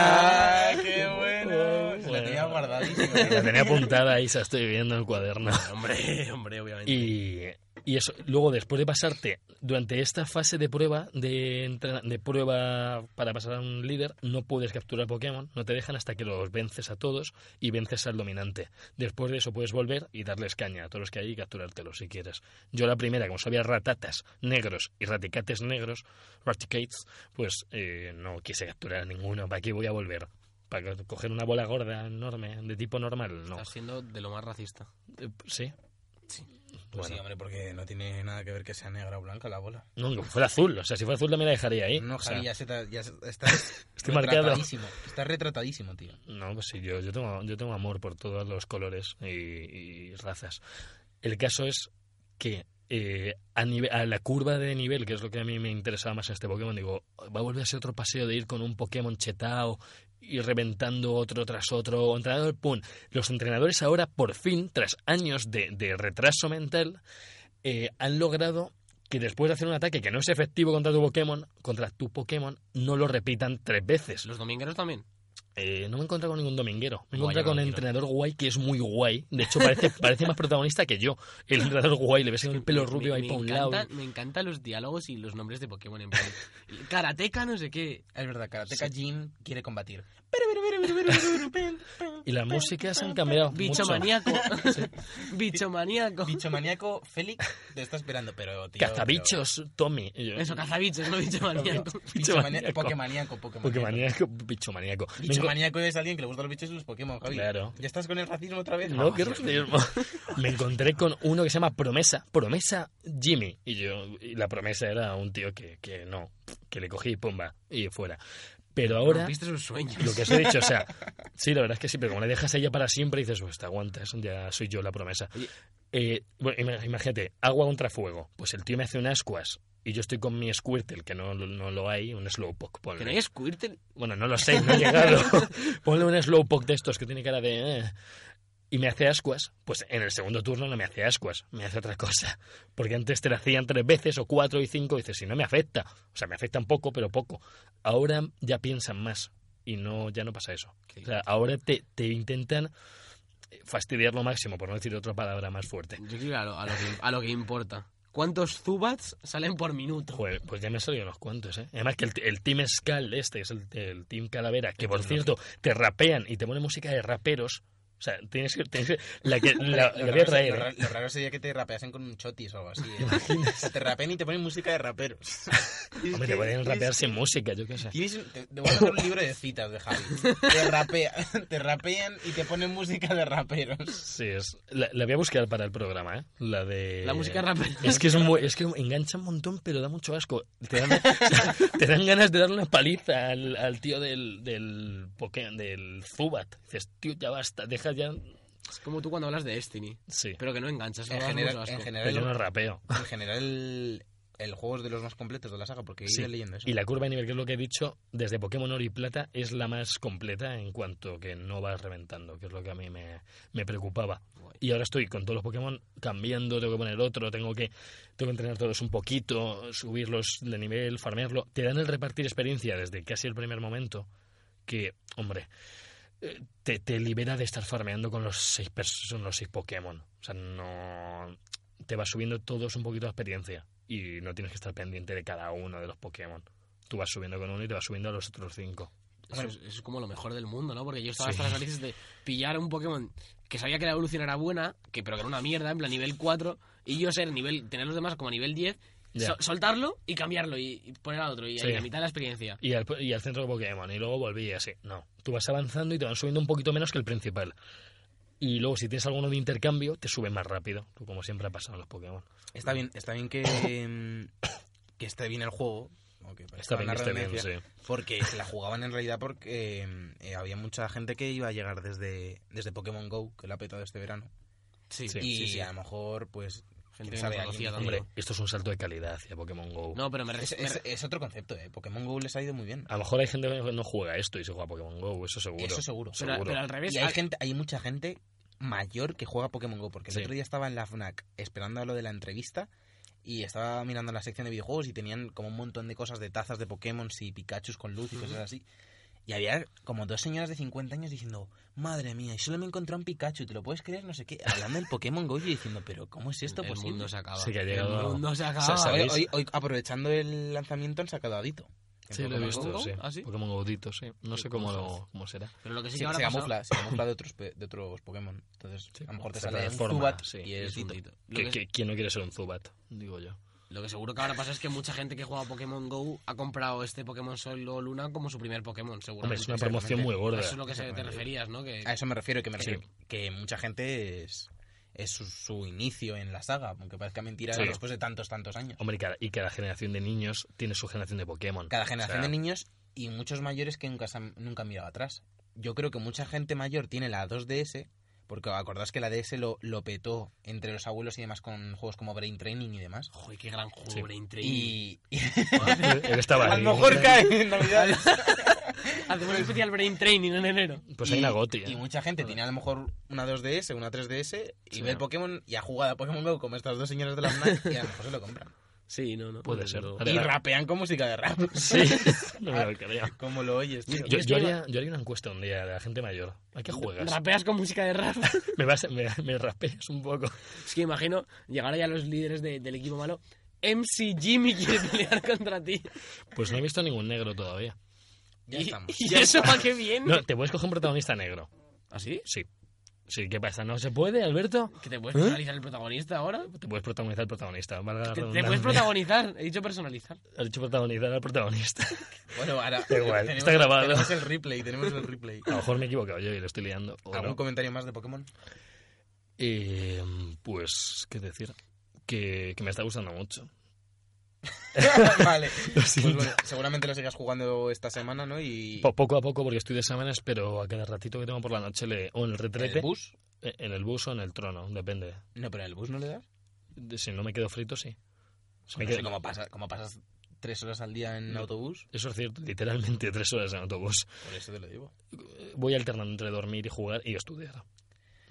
¡Ah, qué [laughs] bueno! Se la tenía
Bueno.
guardadísima.
[laughs]
La tenía apuntada ahí, se la estoy viendo en el cuaderno.
[laughs] Hombre, hombre, obviamente.
Y, y eso, luego después de pasarte durante esta fase de prueba, de, entrena- de prueba para pasar a un líder, no puedes capturar Pokémon, no te dejan hasta que los vences a todos y vences al dominante. Después de eso puedes volver y darles caña a todos los que hay y capturártelos si quieres. Yo la primera, como sabía ratatas negros y raticates negros, raticates, pues eh, no quise capturar a ninguno. ¿Para qué voy a volver? ¿Para co- coger una bola gorda enorme, de tipo normal? No.
Estás siendo de lo más racista.
Eh, Sí.
Pues sí, hombre, porque no tiene nada que ver que sea negra o blanca la bola.
No, que fuera azul. O sea, si fuera azul también la dejaría
Eh,
ahí.
No,
O sea,
Javi, ya, se te- ya se-
[laughs]
estás
Estoy marcado.
retratadísimo. Estás retratadísimo, tío.
No, pues sí, yo, yo, tengo, yo tengo amor por todos los colores y, y razas. El caso es que eh, a, nive- a la curva de nivel, que es lo que a mí me interesaba más en este Pokémon, digo, va a volver a ser otro paseo de ir con un Pokémon chetao y reventando otro tras otro. o Entrenador, pum. Los entrenadores ahora, por fin, tras años de, de retraso mental, eh, han logrado que después de hacer un ataque que no es efectivo contra tu Pokémon, contra tu Pokémon, no lo repitan tres veces.
Los domingueros también.
Eh, no me he encontrado con ningún dominguero. Me he
Guay,
encontrado con un
dominguero.
entrenador guay que es muy guay. De hecho, parece, parece más protagonista que yo. El entrenador guay, le ves el pelo rubio ahí
me,
para un lado.
encantan, me encantan los diálogos y los nombres de
[laughs]
Pokémon en plan. Karateka, no sé qué.
[laughs]
Es verdad, Karateka Jin quiere combatir.
Y las músicas han cambiado.
Bicho
mucho. [laughs]
maníaco. Bicho maníaco.
Bicho maníaco, Félix, te está esperando, pero tío.
Cazabichos, Tommy. Y yo,
Eso, cazabichos, no bicho maníaco.
pero- Bicho maníaco. Pokémaníaco,
Porque
Pokémaníaco.
maníaco, bicho maníaco.
Bicho
Me-
maníaco es alguien que le gustan los bichos y los Pokémon, Javi.
Claro.
¿Ya estás con el racismo otra vez?
No, qué racismo. Me encontré con uno que se llama Promesa, Promesa Jimmy. Y yo, y la promesa era un tío que, que no, que le cogí y pumba, y fuera. Pero ahora,
Rompiste sus sueños.
[laughs] lo que os he dicho, o sea, sí, la verdad es que sí, pero como le dejas a ella para siempre, dices, pues te aguantas, ya soy yo la promesa. Eh, bueno, ima- imagínate, agua contra fuego. Pues el tío me hace un ascuas y yo estoy con mi Squirtle, que no, no lo hay, un Slowpoke. ponle.
Que no hay Squirtle.
Bueno, no lo sé, no he llegado. [laughs] Ponle un slowpoke de estos que tiene cara de... eh, y me hace ascuas. Pues en el segundo turno no me hace ascuas, me hace otra cosa. Porque antes te la hacían tres veces o cuatro y cinco. Y dices, si no me afecta. O sea, me afectan poco, pero poco. Ahora ya piensan más. Y no ya no pasa eso. O sea, ahora te, te intentan fastidiar lo máximo, por no decir otra palabra más fuerte.
Yo quiero ir a lo, a lo que, a lo que importa. ¿Cuántos Zubats salen por minuto?
Joder, pues ya me han salido unos cuantos, ¿eh? Además que el, el Team Skull este, que es el, el Team Calavera, que por cierto, te rapean y te pone música de raperos. O sea, tienes que... tienes que- la
[laughs]
que la, la
Lo
voy a
raro,
traer,
lo
¿eh?
ra- lo raro sería que te rapeasen con un chotis o algo así. ¿eh? Se te rapean y te ponen música de raperos.
Hombre, te pueden rapear sin música, yo qué sé.
Tienes un- te, te voy a hacer un libro de citas de Javi. Te, rapea- [laughs] te rapean y te ponen música de raperos.
Sí, es... La, la voy a buscar para el programa, ¿eh? La de...
La música rapera.
Es que, es, un, bu- es que engancha un montón, pero da mucho asco. Te dan, [laughs] te dan ganas de darle una paliza al, al tío del, del, Poké- del Zubat. Dices, tío, ya basta, deja ya...
Es como tú cuando hablas de Destiny.
Sí,
Pero que no enganchas.
En
no das mucho
general, en
asco.
pero yo no
general,
rapeo.
en general, el juego es de los más completos de la saga porque he
Sí.
ido leyendo eso.
Y la curva de nivel, que es lo que he dicho, desde Pokémon Oro y Plata es la más completa en cuanto que no vas reventando, que es lo que a mí me, me preocupaba. Y ahora estoy con todos los Pokémon cambiando, tengo que poner otro, tengo que, tengo que entrenar todos un poquito, subirlos de nivel, farmearlo. Te dan el repartir experiencia desde casi el primer momento, que, hombre, eh, te, te libera de estar farmeando con los seis, pers- con los seis Pokémon. O sea, no, te va subiendo todos un poquito de experiencia y no tienes que estar pendiente de cada uno de los Pokémon. Tú vas subiendo con uno y te vas subiendo a los otros cinco.
Eso, es, eso es como lo mejor del mundo, ¿no? Porque yo estaba
Sí.
hasta las narices de pillar un Pokémon que sabía que la evolución era buena, que pero que era una mierda, en plan nivel 4, y yo ser nivel, tener los demás como a nivel 10,
Ya.
sol- soltarlo y cambiarlo y, y poner al otro, y,
Sí.
ahí la mitad de la experiencia.
Y al, y al centro de Pokémon, y luego volví y así. No, tú vas avanzando y te van subiendo un poquito menos que el principal. Y luego, si tienes alguno de intercambio, te sube más rápido, como siempre ha pasado en los Pokémon.
Está bien, está bien que, em, que esté bien el juego. aunque parezca
Está bien,
una
está bien,
redundancia,
sí.
Porque se la jugaban en realidad porque em, eh, había mucha gente que iba a llegar desde, desde Pokémon GO, que lo ha petado este verano.
Sí,
Sí.
y
sí, sí.
a lo mejor, pues,
Gente
quién
que no
sabe,
conocía
alguien-
tanto.
Hombre, esto es un salto de calidad hacia Pokémon GO.
No, pero me, re-
Es,
me
es-
re-
es otro concepto, ¿eh? Pokémon GO les ha ido muy bien.
A lo mejor hay gente que no juega esto y se juega a Pokémon GO, eso seguro.
Eso seguro.
pero,
seguro.
pero al revés,
Y hay,
al-
gente, hay mucha gente mayor que juega a Pokémon GO, porque el
Sí.
otro día estaba en la FNAC esperando a lo de la entrevista y estaba mirando la sección de videojuegos y tenían como un montón de cosas de tazas de Pokémon y Pikachu con luz y cosas así. Y había como dos señoras de 50 años diciendo, madre mía, y solo me encontré un Pikachu, ¿te lo puedes creer? No sé qué. Hablando del Pokémon GO y yo diciendo, pero ¿cómo es esto
el
posible?
mundo se acaba.
Sí, que ha llegado-
El mundo se acaba.
O sea,
Hoy,
¿sabéis?
hoy- hoy, aprovechando el lanzamiento, han sacado a Dito.
Sí,
En
lo he
Pokémon
visto,
Go.
sí.
¿Ah, sí?
Pokémon Gaudito, sí. No sé cómo, lo, cómo será.
Pero lo que
Sí,
sí que
se
ahora
camufla, se camufla de otros, pe- de otros Pokémon. Entonces,
Sí.
a lo mejor te
Se
sale un
transforma,
Zubat
sí,
y es Ditto.
Lo que,
Que- que- ¿Quién no quiere ser un Zubat? Digo yo.
Lo que seguro que ahora pasa es que mucha gente que juega a Pokémon GO ha comprado este Pokémon Sol o Luna como su primer Pokémon, seguro.
Hombre, es una promoción muy gorda.
Eso es lo que se te referías, ¿no? Que,
A eso me refiero, que me
Sí.
refiero que mucha gente es, es su, su inicio en la saga, aunque parezca mentira
Sí.
después de tantos, tantos años.
Hombre, y cada, y cada generación de niños tiene su generación de Pokémon.
Cada generación
O sea,
de niños y muchos mayores que nunca, se han- nunca han mirado atrás. Yo creo que mucha gente mayor tiene la 2DS, porque acordás que la DS lo, lo petó entre los abuelos y demás con juegos como Brain Training y demás.
Joder, qué gran juego,
Sí.
Brain Train. [laughs]
Y, y
[laughs] Él estaba
a
ahí.
lo mejor cae en Navidad.
Hacemos un especial Brain Training en enero.
Pues hay una goti.
y mucha gente tiene a lo mejor una 2DS, una 3DS, y
Sí.
ve el Pokémon y ha jugado a Pokémon GO como estas dos señoras de la FNAC y a lo mejor se lo compran.
Sí, no, no.
Puede ser.
Pero-
Vale,
Y
vale.
rapean con música de rap. [laughs]
Sí, [laughs] no
Ah.
me lo creo.
Como lo oyes, tío.
Yo, yo haría, yo haría una encuesta un día de la gente mayor. ¿A qué juegas?
Rapeas con música de rap.
[laughs]
[laughs]
Me, vas, me, me rapeas un poco.
es que imagino llegar ya los líderes de- del equipo malo. MC Jimmy quiere pelear contra ti.
Pues no he visto ningún negro todavía.
Ya
y,
estamos.
¿Y eso para qué viene?
No, te puedes coger un protagonista negro.
¿Ah, sí?
Sí. Sí, ¿qué pasa? ¿No se puede, Alberto?
¿Que te puedes
¿Eh?
personalizar el protagonista ahora?
Te puedes protagonizar al protagonista. valga la
Te, te puedes
redundancia.
protagonizar, he dicho personalizar.
[laughs] Has dicho protagonizar al protagonista.
Bueno, ahora.
Da [laughs] igual,
tenemos-
está grabado. Ah,
Tenemos el replay, tenemos el replay.
A lo mejor me he equivocado yo y lo estoy liando. o
[laughs] ¿Algún
no.
comentario más
[laughs]
de Pokémon? [laughs]
Eh, pues, ¿qué decir? Que, que me está gustando mucho.
vale.
Lo
Pues
siento.
bueno, seguramente lo sigas jugando esta semana, ¿no? Y.
Po- poco a poco, porque estoy de semanas, pero a cada ratito que tengo por la noche, le, o en el
¿En el
retrete,
bus?
eh, en el bus o en el trono, depende.
No, pero en el bus no le das.
De- Si no me quedo frito, sí. Si me
No sé
quedo-
cómo, pasa- cómo pasas tres horas al día en
No.
autobús.
Eso es cierto, literalmente [laughs] tres horas en autobús.
Por eso te lo digo.
Eh, Voy alternando entre dormir y jugar y estudiar.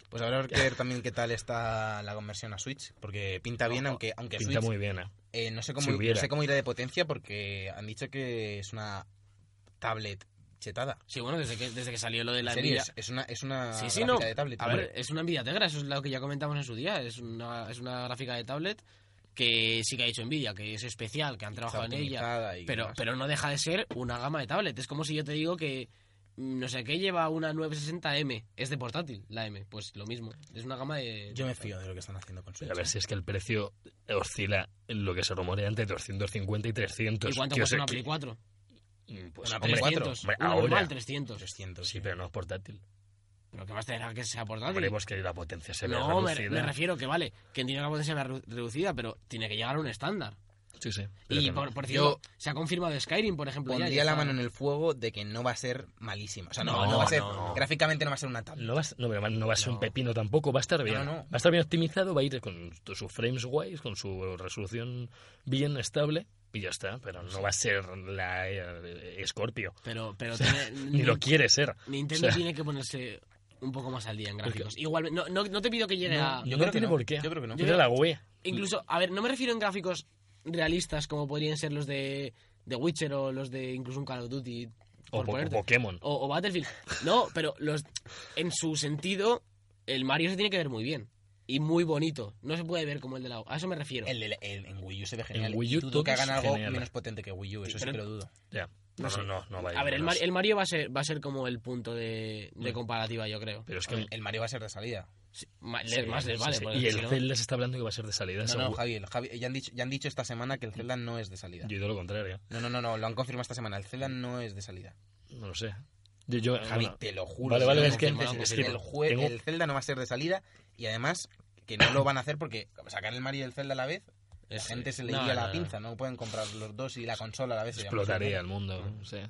Pues habrá que ver también qué tal está la conversión a Switch, porque pinta bien, aunque, aunque
Pinta
Switch
muy bien, ¿eh?
eh, no, sé cómo,
si
no
hubiera.
sé cómo irá de potencia porque han dicho que es una tablet chetada.
Sí, bueno, desde que, desde que salió lo de
En
la
serio,
envidia.
es, es una, es una
Sí, sí,
gráfica
no.
de tablet.
A ver, es una Nvidia Tegra, eso es lo que ya comentamos en su día. Es una, es una gráfica de tablet que sí que ha hecho Nvidia, que es especial, que han trabajado en ella. Pero, pero no deja de ser una gama de tablet. Es como si yo te digo que mm, no sé qué lleva una 960M. Es de portátil, la M. Pues lo mismo. Es una gama de.
Yo me fío de lo que están haciendo con Switch.
Pero a ver si es que el precio oscila en lo que se rumorea entre 250 y 300.
¿Y cuánto
Quiero
cuesta
ser
una
que-
Play 4?
Mm, Pues,
Una Play
hombre,
300.
hombre,
Una normal,
ahora.
300.
300.
Sí, pero no es portátil.
Pero que más te da que sea portátil.
Hombre, pues que la potencia se ve
Ah, no, me,
reducida.
me refiero que vale, que tiene una potencia más redu- reducida, pero tiene que llegar a un estándar.
Sí, sí. pero
Y
que no.
por, por
Yo-
cierto, se ha confirmado Skyrim, por ejemplo. ya,
Pondría
ya
la
está.
mano en el fuego de que no va a ser malísima. O sea, no,
No,
no va a ser.
no.
Gráficamente no va a ser una tablet.
No va, a ser- no, pero no va a ser un
No.
pepino tampoco, va a estar bien.
no.
Va a estar bien optimizado, va a ir con sus frames guays, con su resolución bien estable y ya está. Pero no va a ser la eh, Scorpio,
Pero,
[laughs]
pero tiene-
ni lo quiere ser.
Nintendo
O sea,
tiene que ponerse un poco más al día en
Porque-
gráficos. Igual, no, no, no te pido que llegue a.
no
creo que
tiene
no.
por qué.
Yo creo que no.
Tiene la web.
Incluso, a ver, no me refiero en gráficos realistas como podrían ser los de, de Witcher o los de incluso un Call of Duty.
O,
por
po-
ponerte.
Pokémon.
o, o Battlefield. No, pero los en su sentido, el Mario se tiene que ver muy bien. Y muy bonito. No se puede ver como el de la... A eso me refiero.
El, el- el- en Wii U se ve genial.
Wii
y
U
dudo
todo
que hagan
es
algo
genial.
menos potente que Wii U. Eso sí
Pero-
que lo dudo.
Ya. No,
sé.
no, no, no va a ir
a ver, el,
menos.
Mar- el Mario va a, ser, va a ser como el punto de, de
Mm.
comparativa, yo creo.
Pero es que.
El, el Mario va a ser de salida.
Sí, ma-
sí,
le- más les
sí,
vale.
sí.
porque
Y el
si no-
Zelda se está hablando que va a ser de salida.
No, no,
seguro.
Javi, el Javi- ya, han dicho, ya han dicho esta semana que el Zelda no es de salida.
Yo he ido lo contrario.
No, no, no, no, lo han confirmado esta semana. El Zelda no es de salida.
No lo sé. Yo, yo-
Javi,
Ah, bueno,
te lo juro.
Vale,
si
vale,
lo han
es que-
confirmado,
es
que
que
el, jue-
tengo-
el Zelda no va a ser de salida y además que no lo van a hacer porque sacar el Mario y el Zelda a la vez, la
es-
gente se le
no,
iría
no,
la
no.
pinza, no pueden comprar los dos y la consola a la vez. sería muy
explotaría
genial.
el mundo. o sea.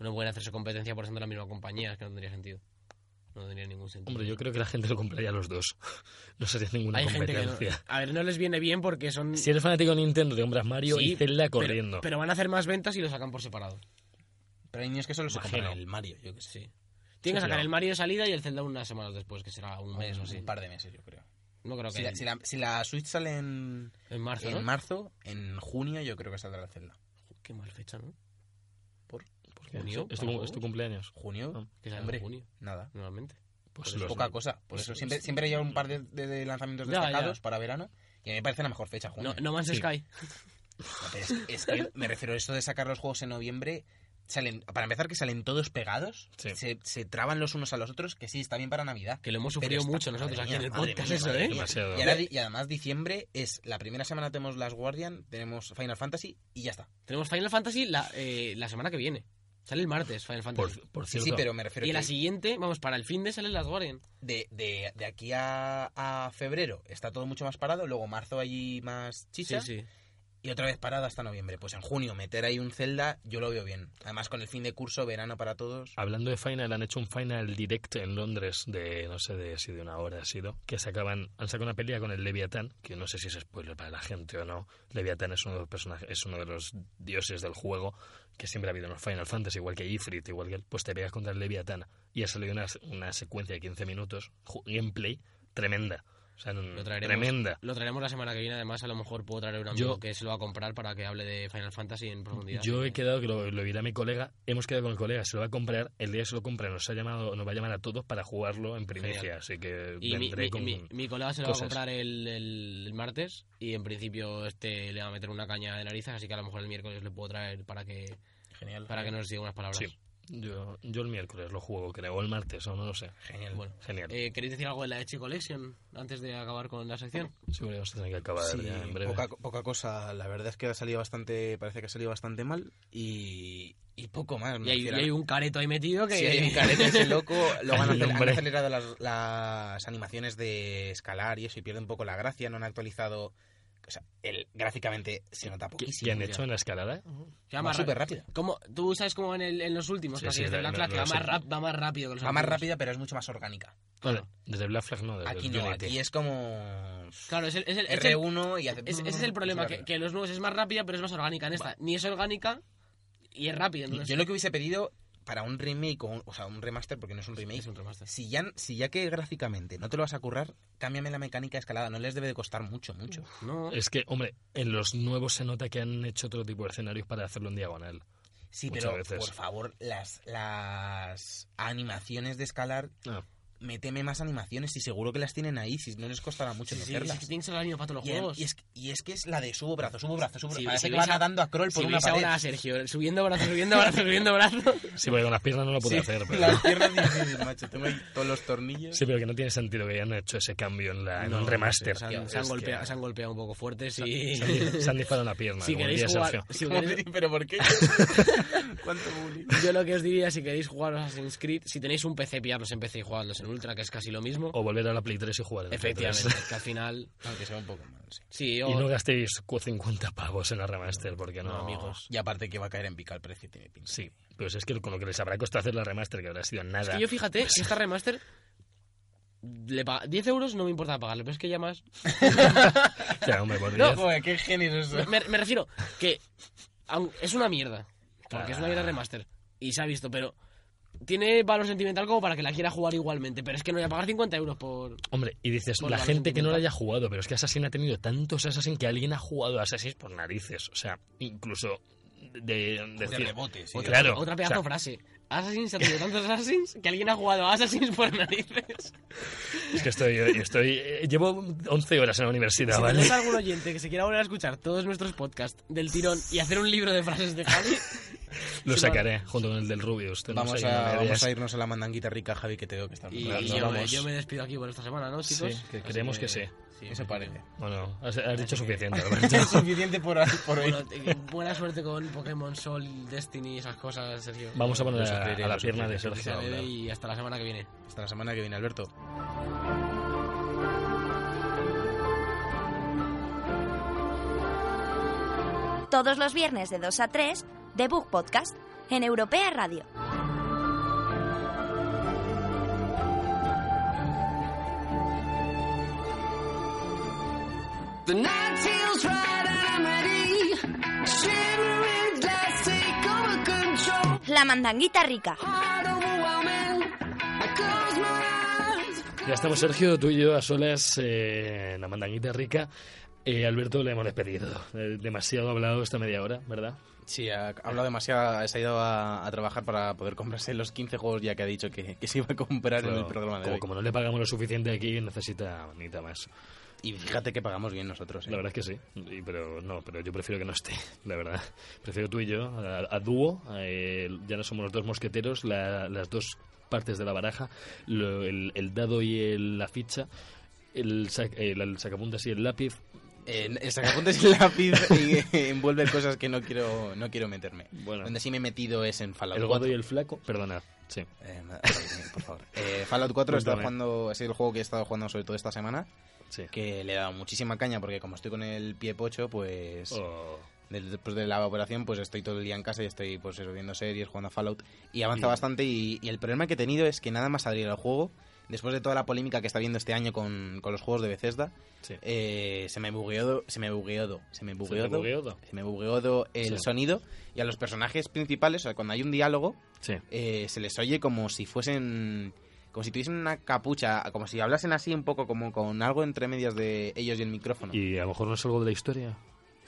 No pueden hacerse competencia, por ejemplo, la misma compañía. Es que no tendría sentido. No tendría ningún sentido.
Hombre, yo creo que la gente lo compraría a los dos. [laughs] No sería ninguna
Hay gente que no-
competencia.
A ver, no les viene bien porque son...
Si eres fanático de Nintendo, te compras Mario
Sí,
y Zelda
pero-
corriendo.
Pero, van a hacer más ventas y lo sacan por separado.
Pero hay niños que solo se
Imagino.
compran el Mario, yo que sé.
Sí. Tienen que
Sí,
sacar
pero-
el Mario de salida y el Zelda unas semanas después, que será un mes o así.
un par de meses, yo creo.
No creo que
Si, la, si la- si la Switch sale en,
en marzo,
en
¿no?
marzo, en junio yo creo que saldrá el Zelda.
Qué mal fecha, ¿no?
¿Por qué?
junio,
¿Es,
para
tu,
juegos.
es tu cumpleaños.
¿Junio?
Ah,
Que sale
Hombre.
en junio,
Nada.
normalmente.
Pues
Pero es
los-
poca cosa. Por eso siempre, siempre hay un par de, de- de lanzamientos
Ya,
destacados
ya.
para verano. Y a mí me parece la mejor fecha, junio.
No, no Man's
Sí.
Sky.
Es, es que me refiero a esto de sacar los juegos en noviembre. Salen, para empezar, que salen todos pegados.
Sí.
Se, se traban los unos a los otros. Que sí, está bien para Navidad.
Que lo hemos
Pero
sufrido
está-
mucho nosotros
madre
aquí en
mía,
el
madre
podcast,
mía,
eso,
madre
¿eh?
mía.
Demasiado.
Y, ahora di- y además, diciembre es la primera semana tenemos Last Guardian, tenemos Final Fantasy y ya está.
Tenemos Final Fantasy la, eh, la semana que viene. Sale el martes Final Fantasy.
Por, por
Sí,
cierto,
sí, pero me refiero
y la
que
siguiente, vamos, para el fin de sale Last Guardian.
de, de, de aquí a, a febrero está todo mucho más parado. Luego marzo allí más chicha.
Sí, sí.
Y otra vez parado hasta noviembre. Pues en junio meter ahí un Zelda, yo lo veo bien. Además, con el fin de curso, verano para todos.
hablando de Final, han hecho un Final Direct en Londres de, no sé de si de una hora ha sido, que sacaban, han sacado una pelea con el Leviatán, que no sé si es spoiler para la gente o no. Leviatán es uno de los personajes, es uno de los dioses del juego que siempre ha habido en los Final Fantasy, igual que Ifrit, igual que él, pues te pegas contra el Leviatán. Y ha salido una, una secuencia de 15 minutos, ju- gameplay, tremenda. O sea,
Lo traeremos.
tremenda.
Lo traeremos la semana que viene, además a lo mejor puedo traer a un amigo
Yo-
que se lo va a comprar para que hable de Final Fantasy en profundidad.
Yo he quedado, que lo, lo dirá mi colega, hemos quedado con el colega, se lo va a comprar, el día que se lo compra nos ha llamado, nos va a llamar a todos para jugarlo en primicia,
Genial.
así que
Y mi,
vendré
mi-
con...
mi- mi colega se lo
cosas.
va a comprar el, el- el martes y en principio este le va a meter una caña de narices, así que a lo mejor el miércoles le puedo traer para que
Genial.
para que nos diga unas palabras.
Sí. Yo, yo el miércoles lo juego, creo, o el martes, o no lo sé.
Genial.
Bueno,
Genial.
eh, ¿queréis decir algo de la Eche Collection antes de acabar con la sección?
Seguro que vamos a tener que acabar
Sí,
ya en breve.
poca, poca cosa. La verdad es que ha salido bastante. Parece que ha salido bastante mal. Y, y poco más.
Y
me
hay,
refiero.
y hay un careto ahí metido que...
Si
[laughs]
hay un carete ese loco, luego han,
El
acel- han
hombre.
acelerado las, las animaciones de escalar y eso, y pierde un poco la gracia, no han actualizado. O sea, el, gráficamente se nota
¿Qué,
poquísimo.
qué han
ya.
hecho en la escalada?
que va
Va
más
súper
ra-
rápida.
¿Cómo? ¿Tú sabes cómo en, el- en los últimos?
Sí,
la que
sí,
dice
la-
Black
no-
Flag,
no
que va,
lo
más
sé.
rap- va más rápido que los
Va más
antiguos.
rápida, pero es mucho más orgánica.
Vale, desde Black Flag no, desde
Aquí
Unity.
no, aquí es como.
Claro, es el, es el- es el-
R1 y hace.
es- ese es el problema, que, que en los nuevos es más rápida, pero es más orgánica en esta. Ni es orgánica y es rápida. entonces-
Yo lo que hubiese pedido para un remake, o, un- o sea, un remaster, porque no es un remake,
Es un remaster.
Si ya, si ya que gráficamente no te lo vas a currar, cámbiame la mecánica de escalada. No les debe de costar mucho, mucho.
No,
Es que, hombre, en los nuevos se nota que han hecho otro tipo de escenarios para hacerlo en diagonal.
Sí,
Muchas
pero
veces.
por favor, las, las animaciones de escalar,
Ah,
méteme más animaciones y seguro que las tienen ahí, si no les costará mucho
sí, sí,
meterlas.
sí, que tienen que ser el año para todos los
Y,
juegos.
y es, y es que es la de subo brazo, subo brazo, subo brazo.
Sí,
Parece
si
que
veis
va
a-
nadando a Kroll por
si
una
veis
pared.
ahora a Sergio subiendo
[laughs]
brazo, subiendo brazo, subiendo brazo.
Sí, porque con las piernas no lo pude
[laughs]
hacer.
[laughs]
Pero...
Las piernas difíciles, macho. Tengo ahí todos los tornillos.
Sí, pero que no tiene sentido que hayan hecho ese cambio en, la, en
No,
un remaster.
no sé,
tío.
se, han
Es
golpeado,
que-
se han golpeado un poco fuerte,
se
[laughs]
han
sí.
di- se han disparado una pierna.
si
como el
queréis
día de
jugar,
Sergio.
si queréis-
¿Pero por
[laughs]
qué? ¿Cuánto bullying?
yo lo que os diría, si queréis jugar a Assassin's Creed, si tenéis un PC, pillarlos en PC y jugadlos en Ultra, que es casi lo mismo.
O volver a la Play 3 y jugar. en la Play 3.
Efectivamente, que al final...
Aunque sea un poco mal, sí.
Sí, o-
[laughs] Y no gastéis cu- 50 pavos en la remaster, porque no,
No, amigos.
Y aparte que va a caer en pica el precio, tiene pinta.
Sí, pues es que con lo que les habrá costado hacer la remaster, que habrá sido
Es
nada.
que
[laughs]
yo fíjate, si esta remaster... Le pa- 10 euros no me importa pagarle, pero es que ya más...
O sea, hombre, por
[laughs]
No,
10.
joder, qué genio es eso.
Me, me refiero que aun- es una mierda. Porque es una mierda remaster. Y se ha visto, pero tiene valor sentimental como para que la quiera jugar igualmente. Pero es que no voy a pagar 50 euros por...
Hombre, y dices,
Por
la
valor
gente que no la
sentimental.
haya jugado, pero es que Assassin ha tenido tantos Assassin que alguien ha jugado a Assassin por narices. O sea, incluso de, de decir-
rebote, sí, de
claro,
Otra
o sea,
pedazo frase. Assassins ha tenido tantos Assassins que alguien ha jugado a Assassins
[laughs]
por narices.
es que estoy, estoy, eh, llevo 11 horas en la universidad,
si
¿vale?
tenemos algún oyente que se quiera volver a escuchar todos nuestros podcasts del tirón y hacer un libro de frases de Javi...
Lo
sí,
sacaré junto con el del Rubius. Tenemos
Vamos
ahí una
a,
idea.
vamos a irnos a la mandanguita rica, Javi, que te veo que está
Y,
Nos
y yo,
vamos.
me, yo me despido aquí por esta semana, ¿no,
Sí,
chicos?
que creemos que sí.
Sí,
Eso parece.
Bueno, has, has dicho [laughs] suficiente, Alberto.
[laughs] Es suficiente por, por hoy.
Bueno, eh, buena suerte con Pokémon Sol, Destiny y esas cosas, Sergio.
Vamos a poner
Lo
a,
sufriré,
a la
lo
pierna de
sufriré.
Sergio. a
Se bebe
hablar.
y hasta la semana que viene.
Hasta la semana que viene, Alberto.
Todos los viernes de 2 a 3, The Book Podcast, en Europea Radio.
The night feels right and I'm ready. Shivering glass, take over control.
La mandanguita rica.
Heart overwhelming. I close my eyes.
Ya estamos, Sergio, tú y yo a solas eh, en la mandanguita rica. Eh, Alberto le hemos despedido. Eh, demasiado hablado esta media hora, ¿verdad?
Sí, ha hablado demasiado, se ha ido a, a trabajar para poder comprarse los 15 juegos ya que ha dicho que, que se iba a comprar en el
Pero
programa de
como,
hoy.
como no le pagamos lo suficiente aquí, necesita manita más.
Y fíjate que pagamos bien nosotros. ¿eh?
La verdad es que sí. Y- pero no, pero yo prefiero que no esté, [laughs] la verdad. Prefiero tú y yo, a, a dúo, eh, ya no somos los dos mosqueteros, la- las dos partes de la baraja, lo- el, el dado y el- la ficha, el, sac- el- el sacapuntas y el lápiz.
Eh, el sacapuntas y el lápiz y, [laughs] eh, envuelve cosas que no quiero, no quiero meterme.
Bueno.
Donde sí me he metido es en Fallout
El
4.
gordo y el flaco, perdona, sí.
Eh, [laughs] madre mía, por favor. Eh, Fallout 4 está
Cuéntame.
jugando, es el juego que he estado jugando sobre todo esta semana,
sí.
que le he dado muchísima caña porque como estoy con el pie pocho, pues
Oh.
del- después de la operación pues estoy todo el día en casa y estoy pues eso, viendo series, jugando a Fallout y
Mm.
avanza bastante y, y el problema que he tenido es que nada más salir al juego, después de toda la polémica que está viendo este año con, con los juegos de Bethesda,
Sí.
eh, se me bugueó, se me bugueó, se me bugueó,
¿Se te bugueó?
se me bugueó el
Sí.
sonido y a los personajes principales, o sea, cuando hay un diálogo,
Sí.
eh, se les oye como si fuesen. Como si tuviesen una capucha, como si hablasen así un poco, como con algo entre medias de ellos y el micrófono.
Y a lo mejor no es algo de la historia.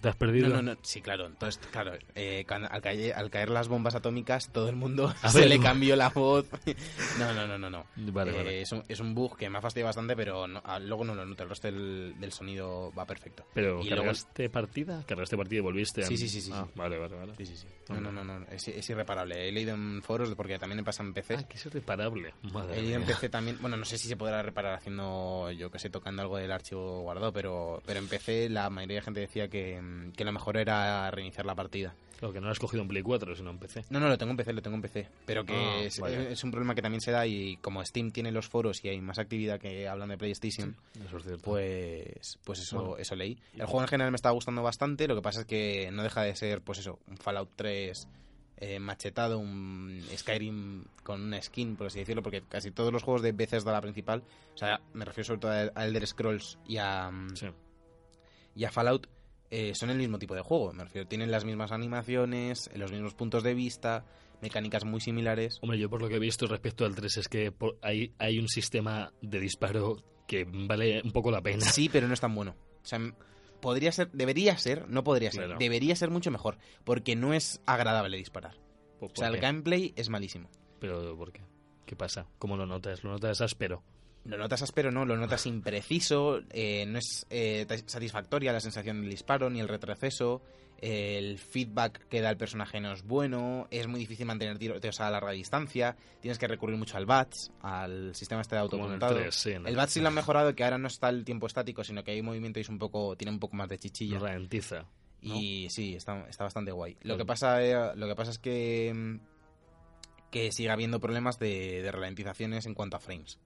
¿Te has perdido?
No, no, no. Sí, claro. Entonces, claro, eh, cuando- al, caer, al caer las bombas atómicas, todo el mundo
[laughs] A
se
ver.
le cambió la voz. [laughs] No, no, no, no. no.
Vale,
Eh,
vale.
Es, un, es un bug que me ha fastidiado bastante, pero no- ah, luego no lo noto. El resto del, del sonido va perfecto.
Pero
y luego-
cargaste partida, cargaste partida y volviste. a-
Sí, sí, sí, sí,
Ah,
sí.
vale, vale, vale.
Sí, sí, sí. No, no, no, no. Es, es irreparable. He leído en foros porque también me pasa en PC.
Ah, que es reparable. Madre
He leído en
mía.
PC también. Bueno, no sé si se podrá reparar haciendo, yo que sé, tocando algo del archivo guardado, pero, pero en PC la mayoría de gente decía que, mm, que lo mejor era reiniciar la partida.
Claro, que no lo has cogido en Play 4, sino en PC.
No, no, lo tengo en PC, lo tengo en PC. Pero que
Ah,
es,
vaya.
es un problema que también se da y como Steam tiene los foros y hay más actividad que hablan de PlayStation,
Eso es cierto.
pues, pues eso,
Bueno.
eso leí. El juego en general me estaba gustando bastante, lo que pasa es que no deja de ser, pues eso, un Fallout 3 eh, machetado, un Skyrim con una skin, por así decirlo, porque casi todos los juegos de Bethesda, la principal, o sea, me refiero sobre todo a a Elder Scrolls y a, mm,
Sí.
y a Fallout eh, son el mismo tipo de juego. Me refiero, tienen las mismas animaciones, los mismos puntos de vista, mecánicas muy similares.
Hombre, yo por lo que he visto respecto al 3 es que por- hay, hay un sistema de disparo que vale un poco la pena.
Sí, pero no es tan bueno. O sea, m- podría ser, debería ser, no podría ser,
Claro.
debería ser mucho mejor, porque no es agradable disparar.
Pues, ¿Por-
O sea,
por
el
qué?
gameplay es malísimo.
Pero, ¿por qué? ¿Qué pasa? ¿Cómo lo notas? ¿Lo notas áspero?
Lo notas áspero, no, lo notas impreciso, eh, no es eh, ta- satisfactoria la sensación del disparo ni el retroceso, eh, el feedback que da el personaje no es bueno, es muy difícil mantener tiroteos a larga distancia, tienes que recurrir mucho al BATS, al sistema este de
Como en el
automontado.
3, sí. ¿no?
El BATS sí lo han mejorado, que ahora no está el tiempo estático, sino que hay movimiento y es un poco, tiene un poco más de chichilla.
Lo ralentiza. ¿no?
Y sí, está, está bastante guay. Lo
Claro.
que pasa, eh, lo que pasa es que, mm, que sigue habiendo problemas de, de ralentizaciones en cuanto a frames.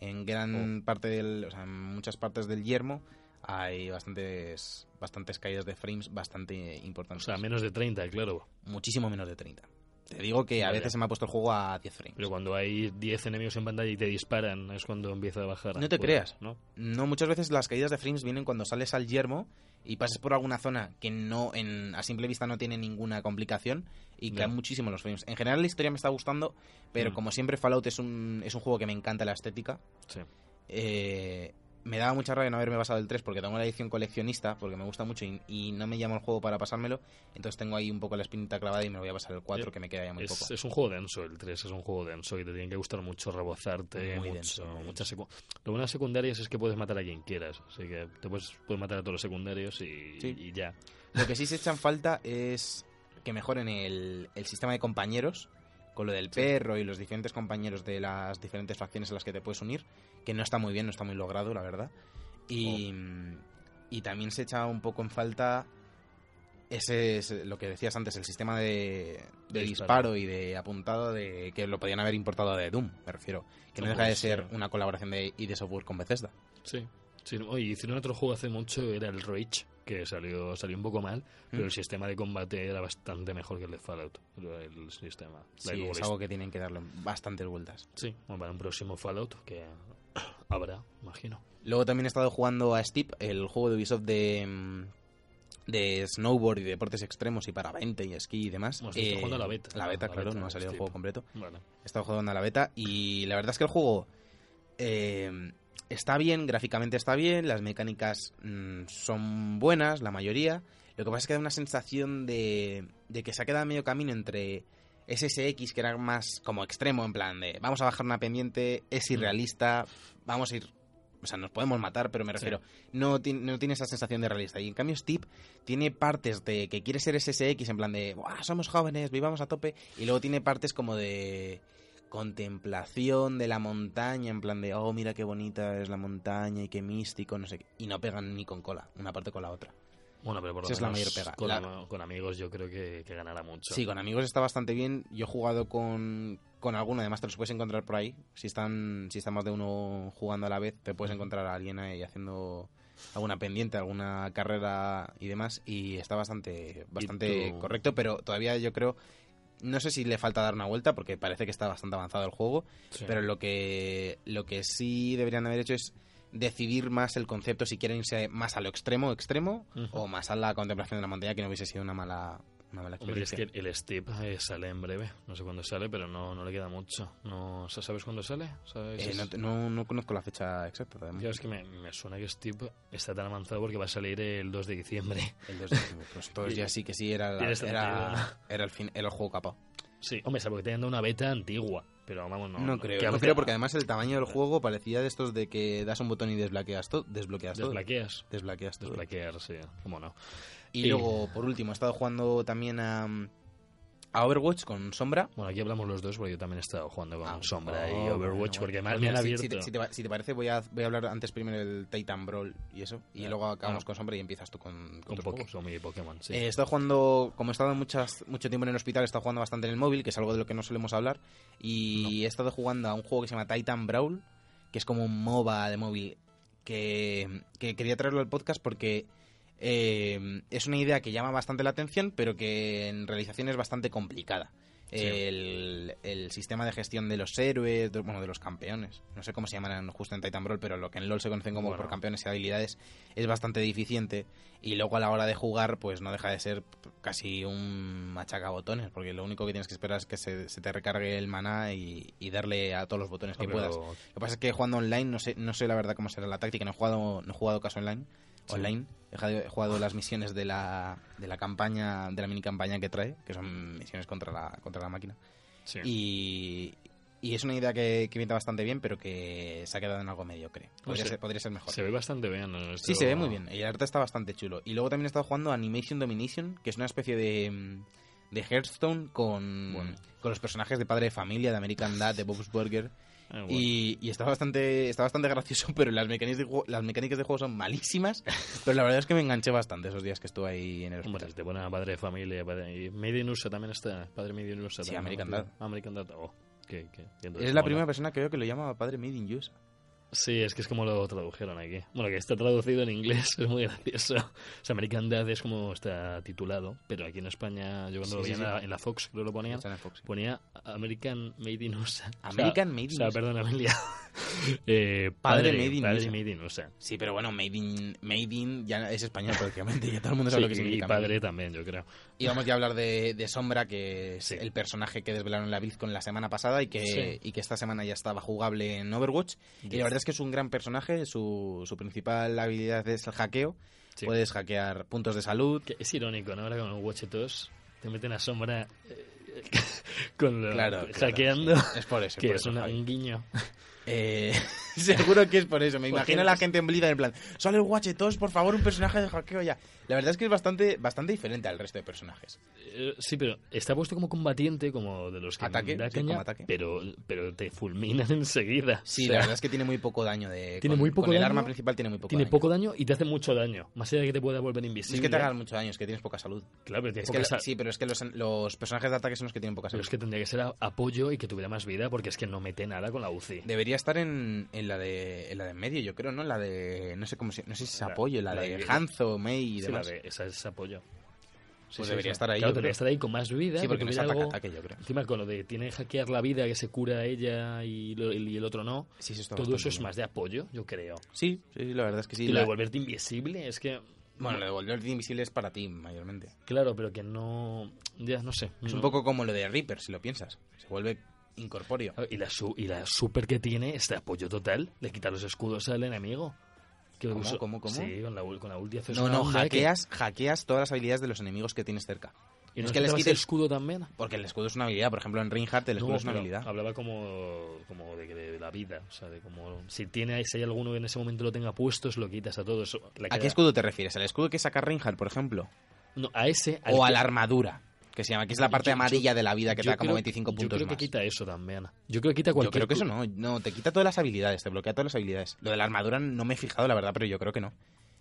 En gran
Oh.
parte del. O sea, en muchas partes del yermo hay bastantes. bastantes caídas de frames bastante
O
importantes.
sea, menos de 30, claro.
Muchísimo menos de 30. Te digo que a
Ya,
veces
ya.
se me ha puesto el juego a 10 frames.
Pero cuando hay 10 enemigos en pantalla y te disparan, es cuando empieza a bajar. Pues,
No te creas.
¿no?
No, muchas veces las caídas de frames vienen cuando sales al yermo y pasas por alguna zona que no en, a simple vista no tiene ninguna complicación y
Ya.
caen muchísimo los frames. En general la historia me está gustando, pero
Mm.
como siempre Fallout es un, es un juego que me encanta la estética.
Sí.
Eh, me daba mucha rabia no haberme pasado el 3 porque tengo la edición coleccionista, porque me gusta mucho y, y no me llama el juego para pasármelo. Entonces tengo ahí un poco la espinita clavada y me voy a pasar el 4
Eh,
que me queda ya muy
Es,
poco.
es un juego denso, el 3 es un juego denso y te tiene que gustar mucho rebozarte.
Muy
mucho,
denso, muy
muchas secu- Lo bueno de las secundarias es que puedes matar a quien quieras, así que te puedes, puedes matar a todos los secundarios y,
Sí.
y ya.
Lo que sí se echan falta es que mejoren el, el sistema de compañeros, con lo del perro y los diferentes compañeros de las diferentes facciones a las que te puedes unir, que no está muy bien, no está muy logrado, la verdad. Y, y también se echa un poco en falta ese es lo que decías antes, el sistema de,
De
de
disparo.
disparo y de apuntado de que lo podían haber importado de Doom, me refiero. Que no
No,
deja de
pues,
ser
sí.
una colaboración de ID Software con Bethesda.
Sí. Sí, oye, hicieron otro juego hace mucho, era el Rage, que salió, salió un poco mal,
Mm.
pero el sistema de combate era bastante mejor que el de Fallout. El sistema. La
Sí, es
dualist-
algo que tienen que darle bastantes vueltas.
Sí, bueno, para un próximo Fallout que [coughs] habrá, imagino.
Luego también he estado jugando a Steep, el juego de Ubisoft de, mm, de snowboard y deportes extremos y parapente y esquí y demás. Eh,
Bueno, estoy jugando a la beta.
La beta,
A la
claro,
beta
no ha
de
salido el
Steep.
juego completo.
Bueno,
He estado jugando a la beta y la verdad es que el juego eh, está bien, gráficamente está bien, las mecánicas mm, son buenas, la mayoría. Lo que pasa es que da una sensación de, de que se ha quedado a medio camino entre SSX, que era más como extremo, en plan de vamos a bajar una pendiente, es irrealista, vamos a ir. O sea, nos podemos matar, pero me refiero, no, ti- no tiene esa sensación de realista. Y en cambio, Steve tiene partes de que quiere ser SSX, en plan de, "Buah, somos jóvenes, vivamos a tope. Y luego tiene partes como de contemplación de la montaña, en plan de, oh, mira qué bonita es la montaña y qué místico, no sé qué. Y no pegan ni con cola, una parte con la otra.
Bueno, pero por lo
Esa es la
menos
mayor pega.
Con,
La-
am- con amigos yo creo que, que ganará mucho.
Sí, con amigos está bastante bien. Yo he jugado con, con alguno, además te los puedes encontrar por ahí. Si están, si está más de uno jugando a la vez, te puedes encontrar a alguien ahí haciendo alguna pendiente, alguna carrera y demás. Y está bastante, bastante
tú?
correcto, pero todavía yo creo. No sé si le falta dar una vuelta porque parece que está bastante avanzado el juego,
Sí.
pero lo que, lo que sí deberían haber hecho es decidir más el concepto si quieren irse más a lo extremo extremo
Ujú.
o más a la contemplación de la montaña que no hubiese sido una mala Una bala
Hombre, es
clorice.
que el Steve eh, sale en breve. No sé cuándo sale, pero no, no le queda mucho. No, o sea, ¿Sabes cuándo sale? ¿Sabes?
Eh, no, te- no, no conozco la fecha exacta, además.
Ya es que me, me suena que Steve está tan avanzado porque va a salir el 2 de
[laughs]
diciembre.
El 2 de diciembre.
[laughs]
Pues entonces ya sí que sí era, la-
Tiene sentido, [laughs]
era, era el, fin, era el juego capaz.
Sí, hombre, salvo que te hayan dado una beta antigua. Pero vamos, no.
No, creo.
que
No
aunque
creo porque además el tamaño del juego parecía de estos de que das un botón y desbloqueas todo. Desbloqueas todo.
Desbloqueas.
Desbloqueas todo.
Desbloquear, sí. ¿Cómo no?
Y luego, por último, he estado jugando también a, a Overwatch con Sombra.
Bueno, aquí hablamos los dos porque yo también he estado jugando con
Ah,
Sombra
oh,
y
bueno,
Overwatch
bueno.
porque más
Pues
me han
mira,
abierto.
si- si te- Si, te, va- si te parece, voy a, voy a hablar antes primero del Titan Brawl y eso. Y
Ya.
luego acabamos
Ah.
con Sombra y empiezas tú con, con
con,
tus
Poké-
juegos.
con mi Pokémon, sí.
Eh, he estado jugando, como he estado muchas, mucho tiempo en el hospital, he estado jugando bastante en el móvil, que es algo de lo que no solemos hablar. Y he estado jugando a un juego que se llama Titan Brawl, que es como un MOBA de móvil, que, que quería traerlo al podcast porque eh, es una idea que llama bastante la atención, pero que en realización es bastante complicada.
Sí.
El, el sistema de gestión de los héroes, de- bueno, de los campeones, no sé cómo se llaman justo en Titan Brawl, pero lo que en LoL se conocen como
Bueno.
por campeones y habilidades, es bastante deficiente y luego a la hora de jugar pues no deja de ser p- casi un machacabotones porque lo único que tienes que esperar es que se, se te recargue el maná y, y darle a todos los botones
Ah,
que
pero-
puedas. Lo que pasa es que jugando online no sé, no sé la verdad cómo será la táctica, no he jugado, no he jugado caso online.
Sí.
Online, he jugado- he jugado las misiones de la, de la campaña, de la mini campaña que trae, que son misiones contra la, contra la máquina.
sí.
Y, y es una idea que, que pinta bastante bien, pero que se ha quedado en algo mediocre. Podría,
sé.
ser, podría ser mejor.
Pues Se ve bastante bien. ¿no? Esto-
Sí, se ve muy bien. El arte está bastante chulo. Y luego también he estado jugando Animation Domination, que es una especie de, mm, de Hearthstone con,
Bueno.
con los personajes de Padre de Familia, de American Dad, de Bob's
[laughs]
Burger.
Ah, bueno.
Y, y está, bastante, está bastante gracioso, [laughs] pero las mecánicas, de juego, las mecánicas de juego son malísimas. Pero la verdad es que me enganché bastante esos días que estuve ahí en el
Hombre,
hospital.
si te ponen a padre de familia. Padre, y Made in USA también está. Padre Made in USA.
Sí,
también,
American
¿no?
Dad.
American Dad. Oh, qué, qué- qué
Es la
mola.
primera persona que veo que lo llama Padre Made in USA.
Sí, es que es como lo tradujeron aquí. Bueno, que está traducido en inglés, [laughs] es muy gracioso. O sea, American Dad es como está titulado, pero aquí en España, yo cuando
Sí,
lo
sí,
veía en,
sí.
la, en la Fox, creo que lo ponían,
Está en el Fox.
ponía American Made in USA. O sea,
American Made in
O sea,
USA.
perdón, Amelia. [laughs] eh,
Padre
padre,
Made in
padre
USA.
Made in USA.
Sí, pero bueno, Made in, made in ya es español prácticamente. Ya todo el mundo sabe lo que
Sí, y
significa. Made in.
padre también, yo creo.
Y vamos ya a hablar de, de Sombra, que es
Sí.
el personaje que desvelaron en la Blizzcon la semana pasada y que,
Sí.
y que esta semana ya estaba jugable en Overwatch. Y la verdad es que es un gran personaje, su, su principal habilidad es el hackeo.
Sí.
Puedes hackear puntos de salud.
Que es irónico, ¿no? Ahora con los Watch 2 te meten a sombra eh, [laughs] con lo,
Claro, claro,
hackeando, [laughs]
sí. Es por eso.
que
por
es
eso,
una-
Javi.
un guiño.
Eh, [laughs] seguro que es por eso. Me
Porque
imagino a
no
la
es-
gente en Blizzard en plan, solo el Watchetos, por favor, un personaje de hackeo ya. La verdad es que es bastante, bastante diferente al resto de personajes.
Eh, Sí, pero está puesto como combatiente, como de los que
Ataque,
da
sí, como
caña,
ataque.
pero, pero te fulminan [laughs] enseguida.
Sí,
O sea,
la verdad es que tiene muy poco daño de.
Tiene
con-
muy poco
con el
daño,
arma principal tiene muy poco
tiene
daño.
poco daño y te hace mucho daño. Más allá de que te pueda volver
No
invisible.
es que te hagan mucho daño, es que tienes poca salud.
Claro, pero tienes
Es que
que
la- sí, pero es que los, los personajes de ataque son los que tienen poca
Pero
salud.
es que tendría que ser a- apoyo y que tuviera más vida porque es que no mete nada con la UCI.
Debería estar en, en la de en la de en medio, yo creo, ¿no? La de no sé cómo se, no sé si es
La-
apoyo, la,
la
de,
de-
Hanzo, May y
Sí, la
demás.
de- esa es apoyo. Sí,
Pues
sí,
debería
sí.
estar ahí,
Claro,
yo
debería
creo.
estar ahí con más vida.
Sí, porque
que
no es
tuviera
ataque
algo-
ataque, yo creo.
Encima con lo de tiene que hackear la vida que se cura ella y, lo- y el otro no.
Sí, sí, está
Todo
bastante
eso es
bien.
más de apoyo, yo creo.
Sí, sí, la verdad es que sí.
y lo
la-
de volverte invisible es que...
bueno, lo de volverte invisible es para ti mayormente.
Claro, pero que no... Ya, no sé.
Es un
no.
poco como lo de Reaper, si lo piensas. Se vuelve incorpóreo.
Ah, Y la, su- y la super que tiene este apoyo total le quita los escudos al enemigo. Que lo
¿Cómo,
uso-
cómo, cómo?
Sí, con la, ul- con la ulti haces
no,
una
no,
onda que-
hackeas, hackeas todas las habilidades de los enemigos que tienes cerca.
y no es
es que
que
les
le
quita
quita
el-
el escudo también.
Porque el escudo es una habilidad, por ejemplo, en Reinhardt el escudo
No,
es una
pero
habilidad.
Hablaba como, como de, de- de la vida. O sea, de como. Si, tiene, si hay alguno que en ese momento lo tenga puesto, se lo quitas a todos. Le
¿A
queda-
qué escudo te refieres? ¿Al escudo que saca Reinhardt, por ejemplo?
No, a ese. al
o a
que-
la armadura, que se llama, que es la parte
Yo- yo-
amarilla de la vida que te
yo
da como
creo-
25 puntos
Yo creo
más.
que quita eso también. Yo creo que quita
Yo
cualquier.
creo que eso no, no, te quita todas las habilidades, te bloquea todas las habilidades. Lo de la armadura no me he fijado, la verdad, pero yo creo que no.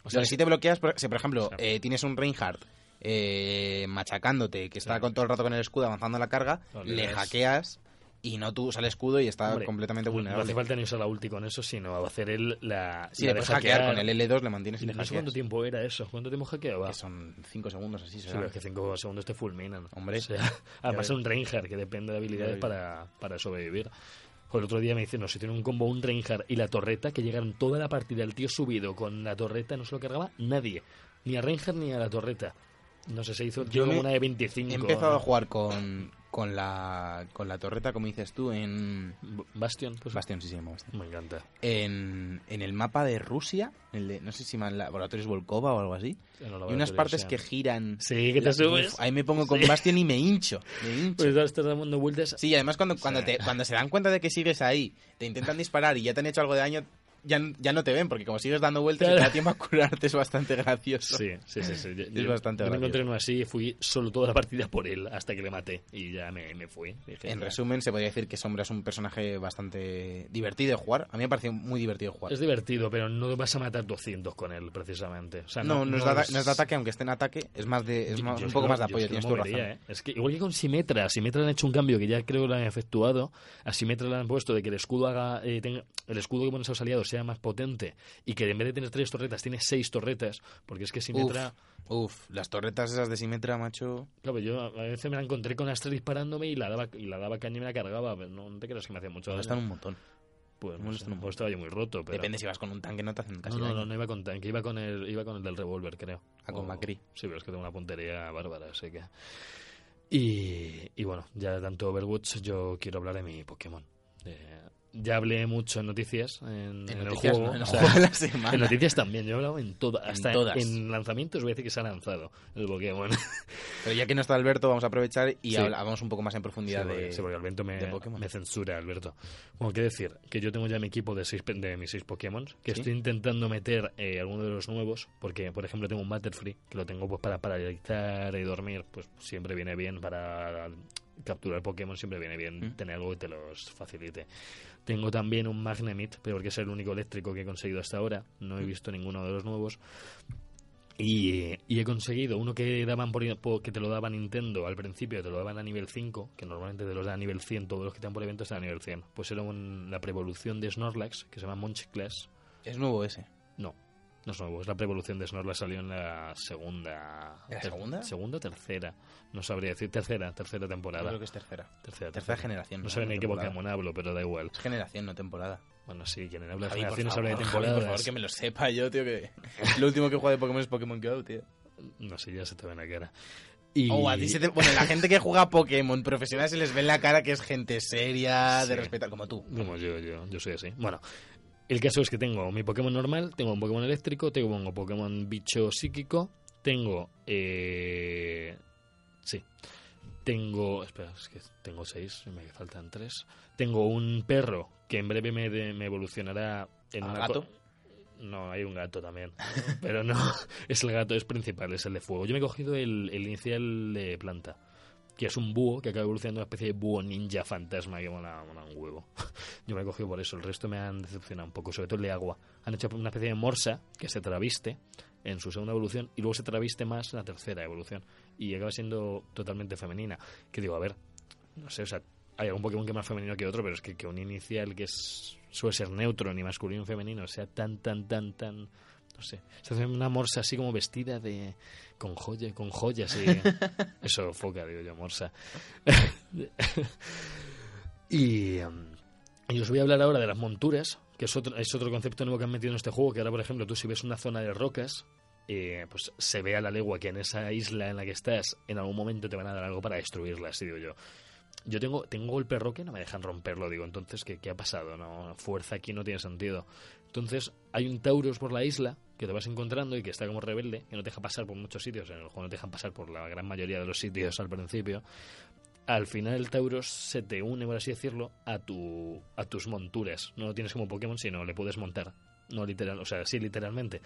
O sea,
sea,
que
sí.
si te bloqueas, por, si, por ejemplo,
O sea.
eh, tienes un Reinhardt eh, machacándote, que está con todo el rato con el escudo avanzando la carga,
No, le
le
das-
hackeas y no tú usa el escudo y está
Hombre,
completamente
no- No
vulnerable.
hace falta ni usar la ulti con eso, sino hacer el, la.
si
la
le
de
puedes hackear, con el L2, le
No
mantienes y
sé
le hackeas.
cuánto tiempo era eso. ¿Cuánto tiempo hackeaba?
Que son 5 segundos así,
Sí,
será.
pero es que 5 segundos te fulminan.
Hombre,
O
[laughs]
sea, además
ves.
es un Reinhardt que depende de habilidades
ves.
para, para sobrevivir. O El otro día me dicen, no, si tiene un combo un Reinhardt y la torreta, que llegaron toda la partida el tío subido con la torreta, no se lo cargaba nadie. Ni a Reinhardt ni a la torreta. No sé, se hizo
Yo
yo
me-
una de 25.
He empezado
¿no?
a jugar con, con, la, con la torreta, como dices tú, en...
B- Bastion, pues.
Bastión, sí, se llama Bastión.
Me encanta.
En, en el mapa de Rusia, el de- no sé si mal- Laboratorios Volkova o algo así,
En el
y unas
laboratorio,
partes
o sea.
que giran...
Sí, que te
La-
subes.
Uf, ahí me pongo con
Sí.
Bastion y me hincho.
[laughs]
Me hincho.
Pues ya estás dando vueltas.
Sí, y además cuando, cuando,
Sí.
te, cuando se dan cuenta de que sigues ahí, te intentan disparar y ya te han hecho algo de daño, ya, n- ya no te ven, porque como sigues dando vueltas y
Claro.
cada tiempo a curarte es bastante gracioso.
Sí, sí, sí.
[laughs]
sí. Yo,
Es bastante
yo me
gracioso.
encontré uno así y fui solo toda la partida por él hasta que le maté. Y ya me, me fui. Dije,
En
ya.
resumen, se podría decir que Sombra es un personaje bastante divertido de jugar. A mí me ha parecido muy divertido de jugar.
Es divertido, pero no vas a matar 200 con él, precisamente. O sea,
No, no, es de, ata-
es-
no es de ataque, aunque esté en ataque, es más de es
Yo-
más-
yo
un
es
poco
que
más de
lo- yo
apoyo,
es que lo
tienes toda la
movería,
razón.
¿eh? Es que igual que con Simetra, Simetra han hecho un cambio que ya creo lo han efectuado. A Simetra le han puesto de que el escudo haga eh, tenga- el escudo que pones a los aliados sea más potente y que en vez de tener tres torretas tiene seis torretas, porque es que Simetra,
Uf, las torretas esas de Simetra, macho.
claro, yo a a veces me la encontré con Astra disparándome y la daba y la daba caña y me la cargaba, pero no, no te creas que me hacía mucho daño.
Molestan un montón.
pues, no
molestan
sé,
un
pues estaba yo muy roto, pero
Depende si vas con un tanque, no te hacen
no,
casi
no,
daño.
no, no iba con tanque, iba con el, iba con el del revólver, creo.
Ah, con Macri.
Sí, pero es que tengo una puntería bárbara, así que. Y, y bueno, ya de tanto Overwatch, yo quiero hablar de mi Pokémon. Eh, ya hablé mucho en noticias, en,
En
en
noticias,
el juego. [laughs]
no, en
o
el
sea,
juego de la semana.
en noticias también, yo he hablado en, toda,
En
hasta
todas.
en lanzamientos voy a decir que se ha lanzado el Pokémon.
Pero ya que no está Alberto, vamos a aprovechar y
Sí.
hablamos un poco más en
Sí,
profundidad
porque,
de...
sí, porque Alberto me,
de Pokémon.
me censura, Alberto. Bueno, qué decir, que yo tengo ya mi equipo de, seis, pe- de mis seis Pokémon, que
Sí.
estoy intentando meter eh, alguno de los nuevos, porque, por ejemplo, tengo un Butterfree, que lo tengo pues para paralizar y dormir, pues siempre viene bien para capturar Pokémon, siempre viene bien
Mm.
tener algo que te los facilite. Tengo también un Magnemite, pero porque es el único eléctrico que he conseguido hasta ahora, no
Mm.
he visto ninguno de los nuevos. Y, eh, y he conseguido uno que daban por, por- que te lo daba Nintendo al principio, te lo daban a nivel 5, que normalmente te los da a nivel 100, todos los que te dan por evento están a nivel 100. Pues era un- la prevolución de Snorlax, que se llama Class
Es nuevo ese.
No, no es nuevo, es la prevolución de Snorlax, salió en la segunda...
¿En la
ter-
segunda?
Segunda o tercera, no sabría decir, tercera, tercera
Yo
temporada.
creo que es tercera.
tercera,
Tercera generación.
No sabía ni de qué
temporada.
Pokémon hablo, pero da igual.
Es generación, no temporada.
Bueno, sí, quien habla de
Javi, por
generaciones
favor,
habla de
Javi,
temporadas.
por favor, que me lo sepa yo, tío. Que [laughs] lo último que he jugado de Pokémon es Pokémon Go, tío.
No sé, ya se te ve en la cara. Y...
O Oh, a ti se te... Bueno, la gente que juega a Pokémon profesional se les ve en la cara que es gente seria, de respetar, como tú.
Como yo, yo, yo soy así. Bueno, el caso es que tengo mi Pokémon normal, tengo un Pokémon eléctrico, tengo un Pokémon bicho psíquico, tengo... Eh... Sí. Tengo... Espera, es que tengo seis, me faltan tres. Tengo un perro que en breve me, de- me evolucionará en
¿A
una
gato?
co- No, hay un gato también. Pero no, [laughs] es el gato, es principal, es el de fuego. Yo me he cogido el, el inicial de planta, que es un búho que acaba evolucionando una especie de búho ninja fantasma que mola, mola un huevo. [laughs] Yo me he cogido por eso, el resto me han decepcionado un poco, sobre todo el de agua. Han hecho una especie de morsa que se traviste en su segunda evolución y luego se traviste más en la tercera evolución y acaba siendo totalmente femenina. Que digo, a ver, no sé, o sea, hay algún Pokémon que es más femenino que otro, pero es que, que un inicial que es, suele ser neutro, ni masculino ni femenino, sea tan, tan, tan, tan. No sé. Se hace una morsa así como vestida de. con joya, con joyas y. Eso foca, digo yo, morsa. [laughs] y. em, y os voy a hablar ahora de las monturas, que es otro, es otro concepto nuevo que han metido en este juego, que ahora, por ejemplo, tú si ves una zona de rocas, eh, pues se ve a la legua que en esa isla en la que estás, en algún momento te van a dar algo para destruirla, así digo yo. Yo tengo, tengo golpe roque, no me dejan romperlo, digo, entonces, ¿qué, qué ha pasado? No, fuerza aquí no tiene sentido. Entonces, hay un Taurus por la isla que te vas encontrando y que está como rebelde, que no te deja pasar por muchos sitios, en el juego no te dejan pasar por la gran mayoría de los sitios al principio. Al final el Tauros se te une, por así decirlo, a, tu, a tus monturas. No lo tienes como Pokémon, sino le puedes montar. No literal, o sea, sí literalmente.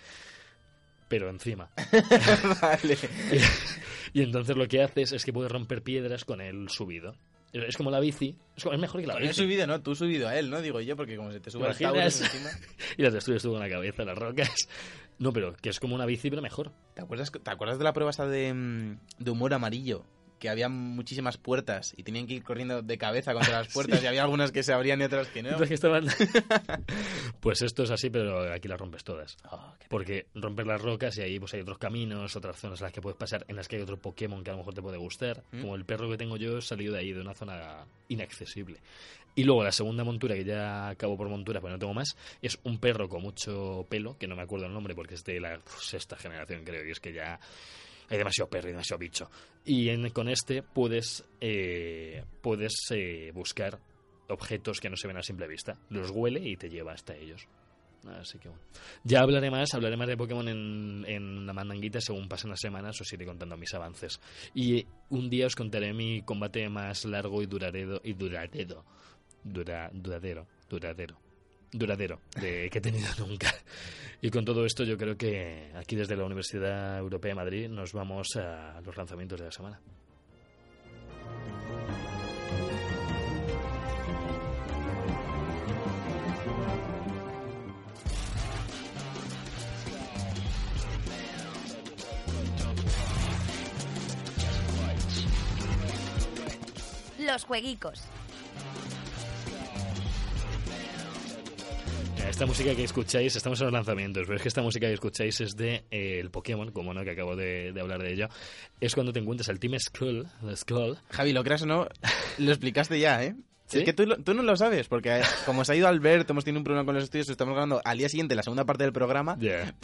Pero encima.
vale.
Y entonces lo que haces es que puedes romper piedras con el subido. Es es como la bici. Es, como- es mejor que la
Pero he
bici.
subido, no, tú has subido a él, ¿no? Digo yo, porque como se te sube el Taurus
¿Imaginas?
encima...
Y las destruyes tú con la cabeza, las rocas. [laughs] No, pero que es como una bici, pero mejor.
¿Te acuerdas, ¿Te acuerdas de la prueba esa de, mm, de humor amarillo? Que había muchísimas puertas y tenían que ir corriendo de cabeza contra las puertas y había algunas que se abrían y otras que no.
Entonces, que estaban- [laughs] pues esto es así, pero aquí las rompes todas.
Oh, qué-
Porque romper las rocas y ahí pues hay otros caminos, otras zonas en las que puedes pasar, en las que hay otro Pokémon que a lo mejor te puede gustar.
¿Mm?
Como el perro que tengo yo salió de ahí, de una zona inaccesible. Y luego la segunda montura, que ya acabo por montura, pues no tengo más, es un perro con mucho pelo, que no me acuerdo el nombre porque es de la sexta generación, creo, y es que ya Hay demasiado perro y demasiado bicho. Y en- con este puedes, eh, puedes eh, buscar objetos que no se ven a simple vista. Los huele y te lleva hasta ellos. Así que bueno. Ya hablaré más, hablaré más de Pokémon en, en la mandanguita según pasen las semanas, os iré contando mis avances. Y eh, un día os contaré mi combate más largo y duradero y duradero. Dura, duradero, duradero. Duradero de, que he tenido nunca. Y con todo esto yo creo que aquí desde la Universidad Europea de Madrid nos vamos a los lanzamientos de la semana.
Los jueguicos.
Mira, Eh, Esta música que escucháis, estamos en los lanzamientos, pero es que esta música que escucháis es de eh, el Pokémon, como no, que acabo de, de hablar de ello. Es cuando te encuentras al Team Skull, el
[laughs]
Skull,
Javi, lo creas o no, lo explicaste ya, ¿eh?
¿Sí?
Es que tú, lo- tú no lo sabes, porque eh, como se ha ido Alberto, hemos tenido un problema con los estudios, estamos grabando al día siguiente la segunda parte del programa,
Yeah.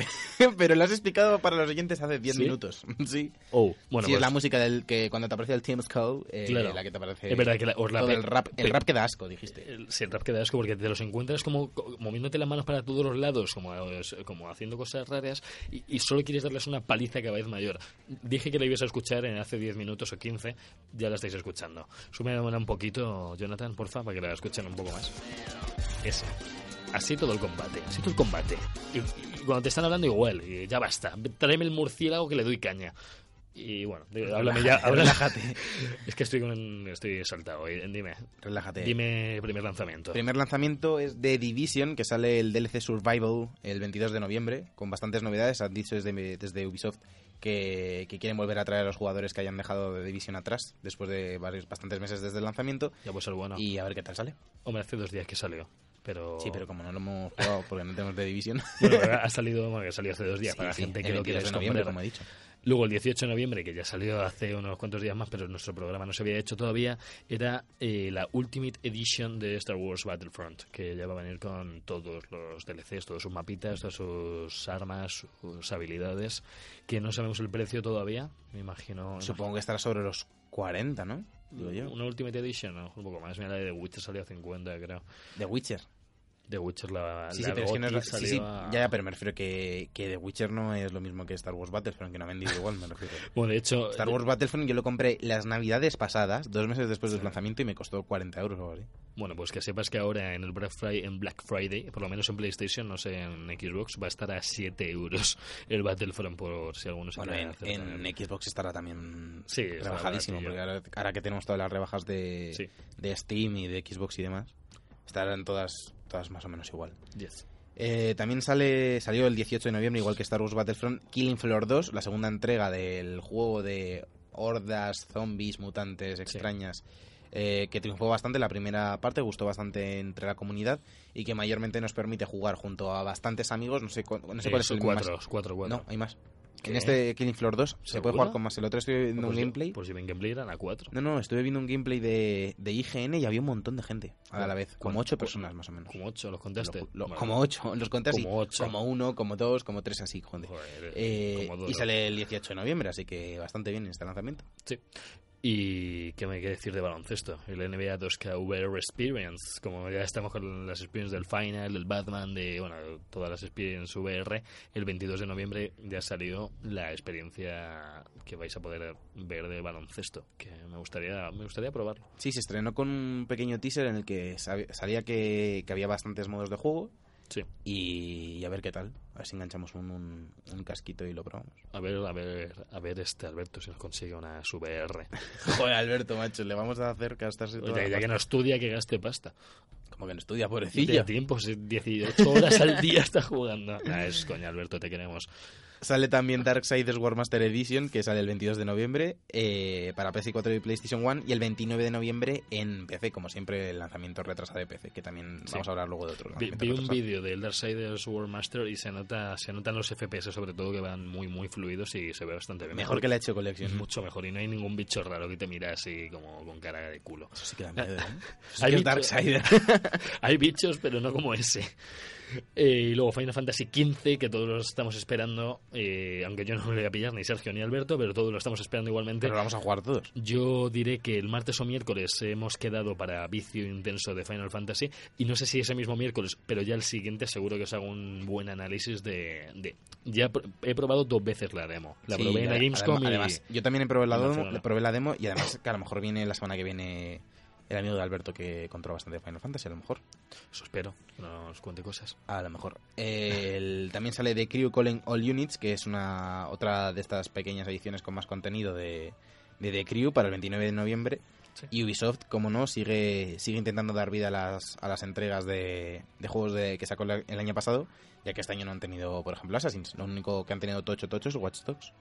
[laughs] pero lo has explicado para los oyentes hace 10
¿Sí?
minutos. [laughs] Sí,
Oh, bueno,
sí
pues,
es la música del que cuando te aparece el Team Skull, eh,
Claro.
la que te aparece...
es verdad que la, os la
todo
pe-
el rap, el
pe-
rap que da asco, dijiste.
el- sí, el rap que da asco porque te los encuentras como co- moviéndote las manos para todos los lados, como, eh, como haciendo cosas raras y, y solo quieres darles una paliza cada vez mayor. Dije que la ibas a escuchar en hace 10 minutos o 15, ya la estáis escuchando. Súmela un poquito, Jonathan, porfa, para que la escuchen un poco más. Ese. Así todo el combate, así todo el combate. Y, y cuando te están hablando igual, y ya basta. Tráeme el murciélago que le doy caña. Y bueno, digo, háblame ya, relájate. Es que estoy con- estoy saltado. eh, Dime,
Relájate.
Dime primer lanzamiento.
Primer lanzamiento es The Division, que sale el DLC Survival el 22 de noviembre, con bastantes novedades. Han dicho desde, desde Ubisoft que, que quieren volver a traer a los jugadores que hayan dejado The Division atrás después de varios, bastantes meses desde el lanzamiento.
ya pues el bueno.
Y a ver qué tal sale.
Hombre, hace dos días que salió. Pero...
Sí, pero como no lo hemos jugado porque no tenemos
[laughs]
The Division.
Bueno, ha salido, bueno, que salió hace dos días
Sí,
para la
sí,
gente que
el
lo
22
quiere
de noviembre,
comprar.
como he dicho.
Luego el 18 de noviembre, que ya salió hace unos cuantos días más, pero nuestro programa no se había hecho todavía, era eh, la Ultimate Edition de Star Wars Battlefront, que ya va a venir con todos los DLCs, todos sus mapitas, todas sus armas, sus habilidades, que no sabemos el precio todavía, me imagino.
Supongo que estará sobre los 40, ¿no? Digo yo.
Una Ultimate Edition, ¿no? un poco más. Mira, la de The Witcher salió a 50, creo.
The Witcher.
The Witcher la,
Sí,
la
sí, pero es que no es la-
Gothic
sí, sí,
salió a-
ya, ya, pero me refiero que, que The Witcher no es lo mismo que Star Wars Battlefront, que no ha vendido igual, me refiero.
Bueno, de hecho,
Star Wars Battlefront yo lo compré las navidades pasadas, dos meses después del lanzamiento, y me costó 40 euros o algo así.
bueno, pues que sepas que ahora en el Black Friday, en Black Friday, por lo menos en PlayStation, no sé, en Xbox, va a estar a 7 euros [laughs] el Battlefront por si alguno se
Bueno,
quiere
en,
hacer también.
en Xbox estará también
Sí, estará
rebajadísimo,
baratillo.
porque ahora, ahora que tenemos todas las rebajas de,
Sí.
de Steam y de Xbox y demás, estarán todas, todas más o menos igual.
Yes.
Eh, también sale salió el 18 de noviembre, igual que Star Wars Battlefront, Killing Floor 2, la segunda entrega del juego de hordas, zombies, mutantes extrañas, eh, que triunfó bastante en la primera parte, gustó bastante entre la comunidad y que mayormente nos permite jugar junto a bastantes amigos. No sé, cu- no sé
Eh,
cuál es
son
el
cuatro,
más.
cuatro, cuatro.
No, hay más. En
¿Qué?
este Killing Floor 2 se
¿Seguro?
puede jugar con más. El otro estuve viendo
Pues
un
yo-
gameplay.
Pues yo en gameplay eran a 4.
No, no, estuve viendo un gameplay de, de IGN y había un montón de gente a la
¿Cuál-
vez,
cuál-
como ocho
cuál-
personas más o menos.
Como 8, los contaste.
Lo- lo-
Vale.
Como ocho, [laughs] los conté así.
Como ocho.
Como uno, como dos, como tres, así, joder.
Joder,
Eh,
como duro.
y sale el 18 de noviembre, así que bastante bien este lanzamiento.
Sí. ¿Y qué me hay que decir de baloncesto? El NBA 2K VR Experience, como ya estamos con las experiences del Final, del Batman, de bueno, todas las experiences VR, el 22 de noviembre ya salió la experiencia que vais a poder ver de baloncesto, que me gustaría me gustaría probarlo.
Sí, se estrenó con un pequeño teaser en el que sabe- salía que, que había bastantes modos de juego
Sí,
y, y a ver qué tal. A ver si enganchamos un, un- un casquito y
[laughs]
lo probamos.
a ver, a ver, a ver este Alberto si nos consigue una VR.
Joder, Alberto, macho, le vamos a hacer gastarse toda
Ya,
la
ya que
pasta.
no estudia, que gaste pasta.
Como que no estudia,
Tiene
pobrecilla.
tiempo, si 18 horas al día está jugando. Nah, es coña, Alberto, te queremos.
Sale también Darksiders War Master Edition, que sale el 22 de noviembre eh, para PS4 y PlayStation 1 y el 29 de noviembre en PC, como siempre el lanzamiento retrasado de PC, que también
Sí.
vamos a hablar luego de otro.
Vi,
lanzamiento
vi un
retrasado.
vídeo del Darksiders War Master y se nota se notan los FPS sobre todo que van muy muy fluidos y se ve bastante bien.
Mejor que la hecho Collection.
mucho mejor y no hay ningún bicho raro que te mira así como con cara de culo.
Eso sí que da miedo, ¿eh? Eso sí
Hay
que es
bicho-
Darksider.
Hay bichos pero no como ese. [laughs] Eh, y luego Final Fantasy XV, que todos lo estamos esperando, eh, aunque yo no lo voy a pillar, ni Sergio ni Alberto, pero todos lo estamos esperando igualmente.
Pero lo vamos a jugar todos.
Yo diré que el martes o miércoles hemos quedado para vicio intenso de Final Fantasy y no sé si ese mismo miércoles, pero ya el siguiente seguro que os hago un buen análisis de... de- ya pr- he probado dos veces la demo. La
Sí,
probé en la
adem-
Gamescom
además,
y...
además, yo también he probado la,
en
demo,
Barcelona.
probé la demo y además que a lo mejor viene la semana que viene el amigo de Alberto que controla bastante Final Fantasy, a lo mejor.
Eso espero, no os cuente cosas.
A lo mejor. El- también sale de Crew Calling All Units, que es una otra de estas pequeñas ediciones con más contenido de, de The Crew para el 29 de noviembre.
Sí.
Y Ubisoft, como no, sigue, sigue intentando dar vida a las, a las entregas de, de juegos de, que sacó la- el año pasado, ya que este año no han tenido, por ejemplo, Assassin's. Lo único que han tenido tocho tocho es Watch Dogs.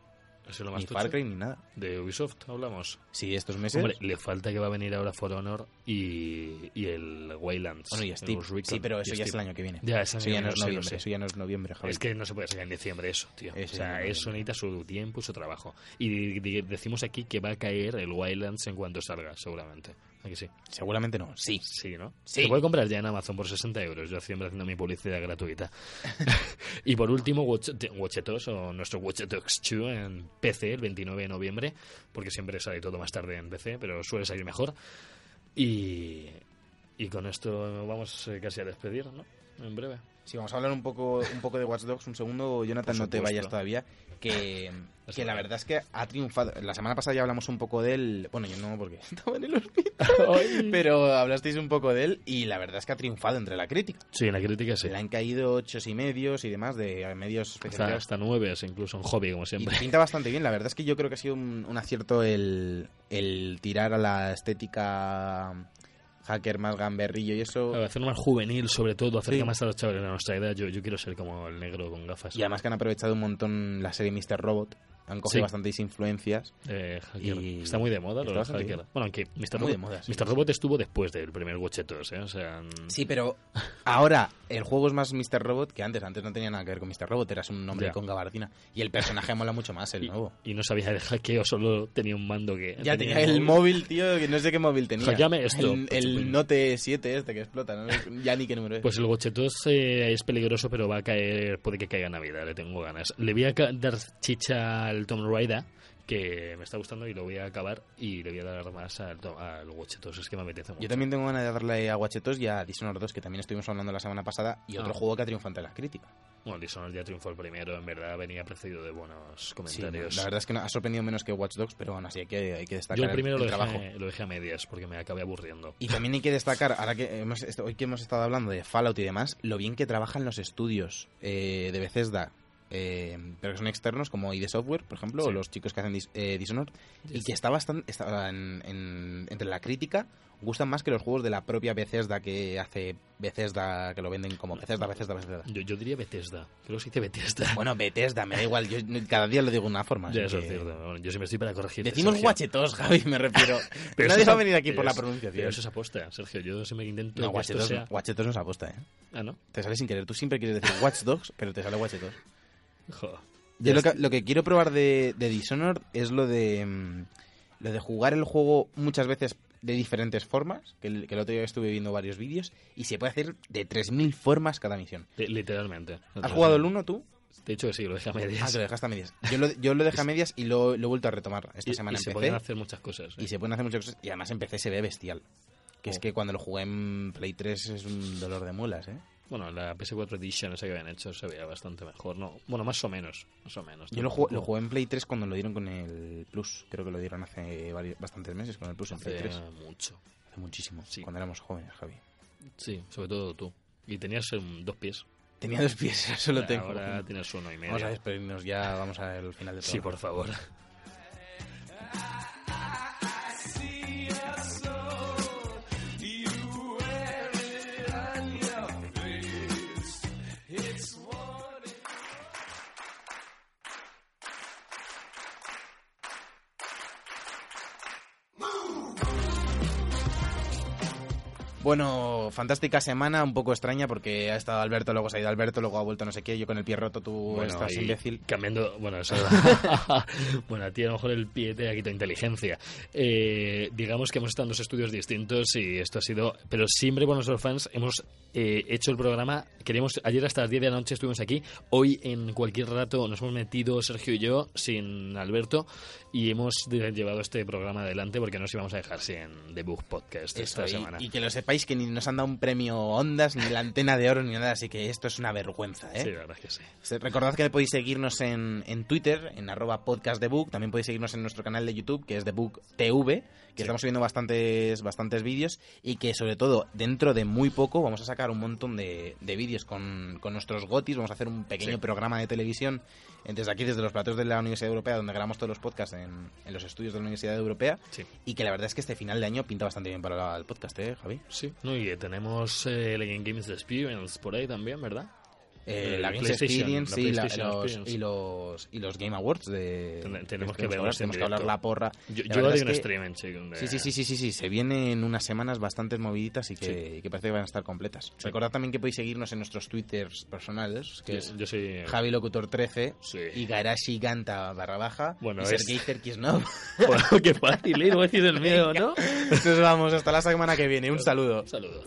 Eso es lo más
Ni
tocho.
Far Cry ni nada.
De Ubisoft hablamos.
Sí, estos meses.
Hombre, le falta que va a venir ahora For Honor y, y el Waylands.
Bueno, y
el
Steam.
Ghost Recon
Sí, pero
y
eso ya es el
Steam.
año que viene.
Ya, es
Eso
año
ya no
que viene,
es
lo sé,
noviembre,
lo sé.
eso ya no es noviembre, Javier.
Es que no se puede sacar en diciembre eso, tío.
Ese
o sea,
año
eso
que viene.
necesita su tiempo y su trabajo. Y di- di- decimos aquí que va a caer el Wildlands en cuanto salga, seguramente. ¿A que sí?
Seguramente no, sí.
Sí, ¿no?
Sí.
Se puede comprar ya en Amazon por 60 euros. Yo siempre haciendo mi publicidad
[laughs]
gratuita. y por último, Watch, de- Watch Dogs, o nuestro Watch Dogs 2 en PC el 29 de noviembre, porque siempre sale todo más tarde en PC, pero suele salir mejor. Y, y con esto vamos eh, casi a despedir, ¿no? En
[laughs]
breve.
Si vamos a hablar un poco, un poco de Watch Dogs, un segundo, Jonathan,
Por
no te
supuesto.
vayas todavía. Que,
[laughs] Eso
que la
es.
verdad es que ha triunfado. La semana pasada ya hablamos un poco de él. Bueno, yo no, porque [laughs] estaba en el hospital. Pero hablasteis un poco de él y la verdad es que ha triunfado entre la crítica.
Sí, en la crítica sí.
Se Le han caído ochos y medios y demás de medios
Hasta,
especializados.
hasta nueve, es incluso un hobby, como
Y
siempre.
pinta bastante bien, la verdad es que yo creo que ha sido un, un acierto el, el tirar a la estética hacker más gamberrillo y eso.
Claro, Hacerlo más juvenil, sobre todo, acerca
Sí.
más a los chavales de nuestra edad. Yo, yo quiero ser como el negro con gafas.
Y además que han aprovechado un montón la serie Mr. Robot. Han cogido
Sí.
bastantes influencias.
Eh, hacker.
Y-
Está muy de moda
Está
lo del
bastante
hacker.
bien.
Bueno, aunque Mr.
muy
Robot,
de moda, sí,
Mr. Robot estuvo después del primer Watchetos, ¿eh? O sea, mm,
Sí, pero ahora el juego es más Mr. Robot que antes. Antes no tenía nada que ver con Mr. Robot, eras un hombre
Ya.
con gabardina. Y el personaje mola mucho más, el
y,
nuevo.
y no sabía de hackeo, solo tenía un mando que.
Ya tenía el móvil, tío, que no sé qué móvil tenía.
Hackeame esto.
El, el Note 7 este que explota, ¿no? [laughs] Ya ni qué número es.
Pues el Watchetos eh, es peligroso, pero va a caer. Puede que caiga Navidad, le tengo ganas. Le voy a ca- dar chicha al Tom Raider que me está gustando y lo voy a acabar. Y le voy a dar más al, Tom- al Watchetos, es que me apetece mucho.
Yo también tengo ganas de darle a Guachetos y a Dishonored 2, que también estuvimos hablando la semana pasada, y otro
Ah.
juego que ha triunfado ante la crítica.
Bueno, Dishonored ya triunfó el primero, en verdad venía precedido de buenos comentarios.
la verdad es que no- ha sorprendido menos que Watch Dogs, pero aún así hay que, hay que destacar
Yo el
el-
primero
el
lo,
trabajo.
dejé, lo dejé a medias porque me acabé aburriendo.
Y también hay que destacar, ahora que hemos, est- hoy que hemos estado hablando de Fallout y demás, lo bien que trabajan los estudios eh, de Bethesda, eh, pero que son externos, como ID Software, por ejemplo,
Sí.
o los chicos que hacen Dis- eh, Dishonored, y
Yes.
que está bastante está en- en- entre la crítica, gustan más que los juegos de la propia Bethesda que hace Bethesda, que lo venden como Bethesda, Bethesda, Bethesda.
Yo, yo diría Bethesda. Creo que se dice Bethesda. [laughs]
Bueno, Bethesda, me da igual. Yo cada día lo digo de una forma. así
Ya, eso
que-
es cierto. Bueno, yo siempre estoy para corregir.
Decimos guachetos, Javi, me refiero.
[laughs] Pero
Nadie
eso
va a
es-
venir aquí
pero
por la
es- Pero
pronunciación.
eso es aposta, Sergio. Yo siempre intento
No,
que esto
guachetos,
sea...
guachetos no se aposta, ¿eh?
Ah, ¿no?
Te sale sin querer. Tú siempre quieres decir Watch Dogs, pero te sale guachetos.
Jo.
[laughs] Yo lo que, lo que quiero probar de, de Dishonored es lo de, mm, lo de jugar el juego muchas veces de diferentes formas, que el, que el otro día estuve viendo varios vídeos, y se puede hacer de 3.000 formas cada misión.
Li- Literalmente.
¿Has jugado el 1 tú?
De hecho, que sí, lo dejé a medias.
Ah, que lo dejaste a medias. Yo lo, yo lo dejé a medias y lo, lo he vuelto a retomar. Esta
Y-
semana
y se
empecé.
pueden hacer muchas cosas. ¿eh?
Y se pueden hacer muchas cosas. Y además empecé se ve bestial. Que es
Oh.
que cuando lo jugué en Play 3 es un dolor de mulas, ¿eh?
Bueno, la PS4 Edition esa que habían hecho se veía bastante mejor. No, bueno, más o menos. Más o menos.
Yo lo
Tampoco-
jugué, lo jugué en Play 3 cuando lo dieron con el Plus. Creo que lo dieron hace varios- bastantes meses con el Plus en Play
hace
3.
mucho.
Hace muchísimo.
Sí.
Cuando éramos jóvenes, Javi.
Sí, sobre todo tú. Y tenías um, dos pies.
Tenía dos pies, [laughs] solo tengo.
Ahora tienes uno y medio.
Vamos a despedirnos ya, vamos al final del
Sí, por
programa.
favor.
Bueno, fantástica semana, un poco extraña porque ha estado Alberto, luego se ha ido Alberto, luego ha vuelto no sé qué, yo con el pie roto, tú
Bueno,
estás
y
imbécil.
Cambiando, bueno, eso, [laughs] bueno, a ti a lo mejor el pie te ha quitado inteligencia. Eh, digamos que hemos estado en dos estudios distintos y esto ha sido, pero siempre con nuestros fans hemos eh, hecho el programa. Queremos, ayer hasta las 10 de la noche estuvimos aquí, hoy en cualquier rato nos hemos metido Sergio y yo sin Alberto y hemos de- llevado este programa adelante porque nos íbamos a dejar sin The Bug Podcast
Eso,
esta
y-
semana.
y, que lo sepáis que ni nos han dado un premio Ondas, ni la antena de oro, ni nada, así que esto es una vergüenza, ¿eh?
Sí, la verdad es que sí.
Se- Recordad que podéis seguirnos en, en Twitter, en arroba podcast de Book. También podéis seguirnos en nuestro canal de YouTube, que es The Book TV, que estamos subiendo bastantes, bastantes vídeos y que sobre todo dentro de muy poco vamos a sacar un montón de, de vídeos con, con nuestros gotis. Vamos a hacer un pequeño
Sí.
programa de televisión eh, desde aquí, desde los platos de la Universidad Europea, donde grabamos todos los podcasts en, en los estudios de la Universidad Europea.
Sí.
Y que la verdad es que este final de año pinta bastante bien para la- el podcast, ¿eh, Javi?
Sí, no, y eh, tenemos eh, Legend Games Experience por ahí también, ¿verdad?
Eh,
El
la Games
PlayStation,
Experience
la
y, la-
PlayStation
los,
Experience.
y, los, y los Game Awards. De,
Ten- tenemos que
hablar,
verlos en
Tenemos que
directo.
hablar la porra.
Yo,
La
yo
verdad
haré
es
un
que-
stream en Chicken de-
Sí, sí, sí, sí, sí, sí, se vienen unas semanas bastantes moviditas y que,
Sí.
y que parece que van a estar completas. Recordad también que podéis seguirnos en nuestros twitters personales, que es
Yo, yo soy.
Javi Locutor 13
Sí.
y Garashi Ganta barra baja
Bueno,
y
es- [laughs]
Sergei Zerkisnov.
Bueno, qué fácil, ¿eh? No voy a decir el miedo, ¿no?
Nos vamos, hasta la semana que viene. [laughs] Un saludo.
Saludos.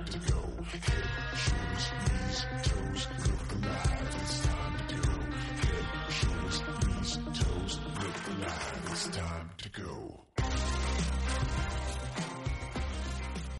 time to go.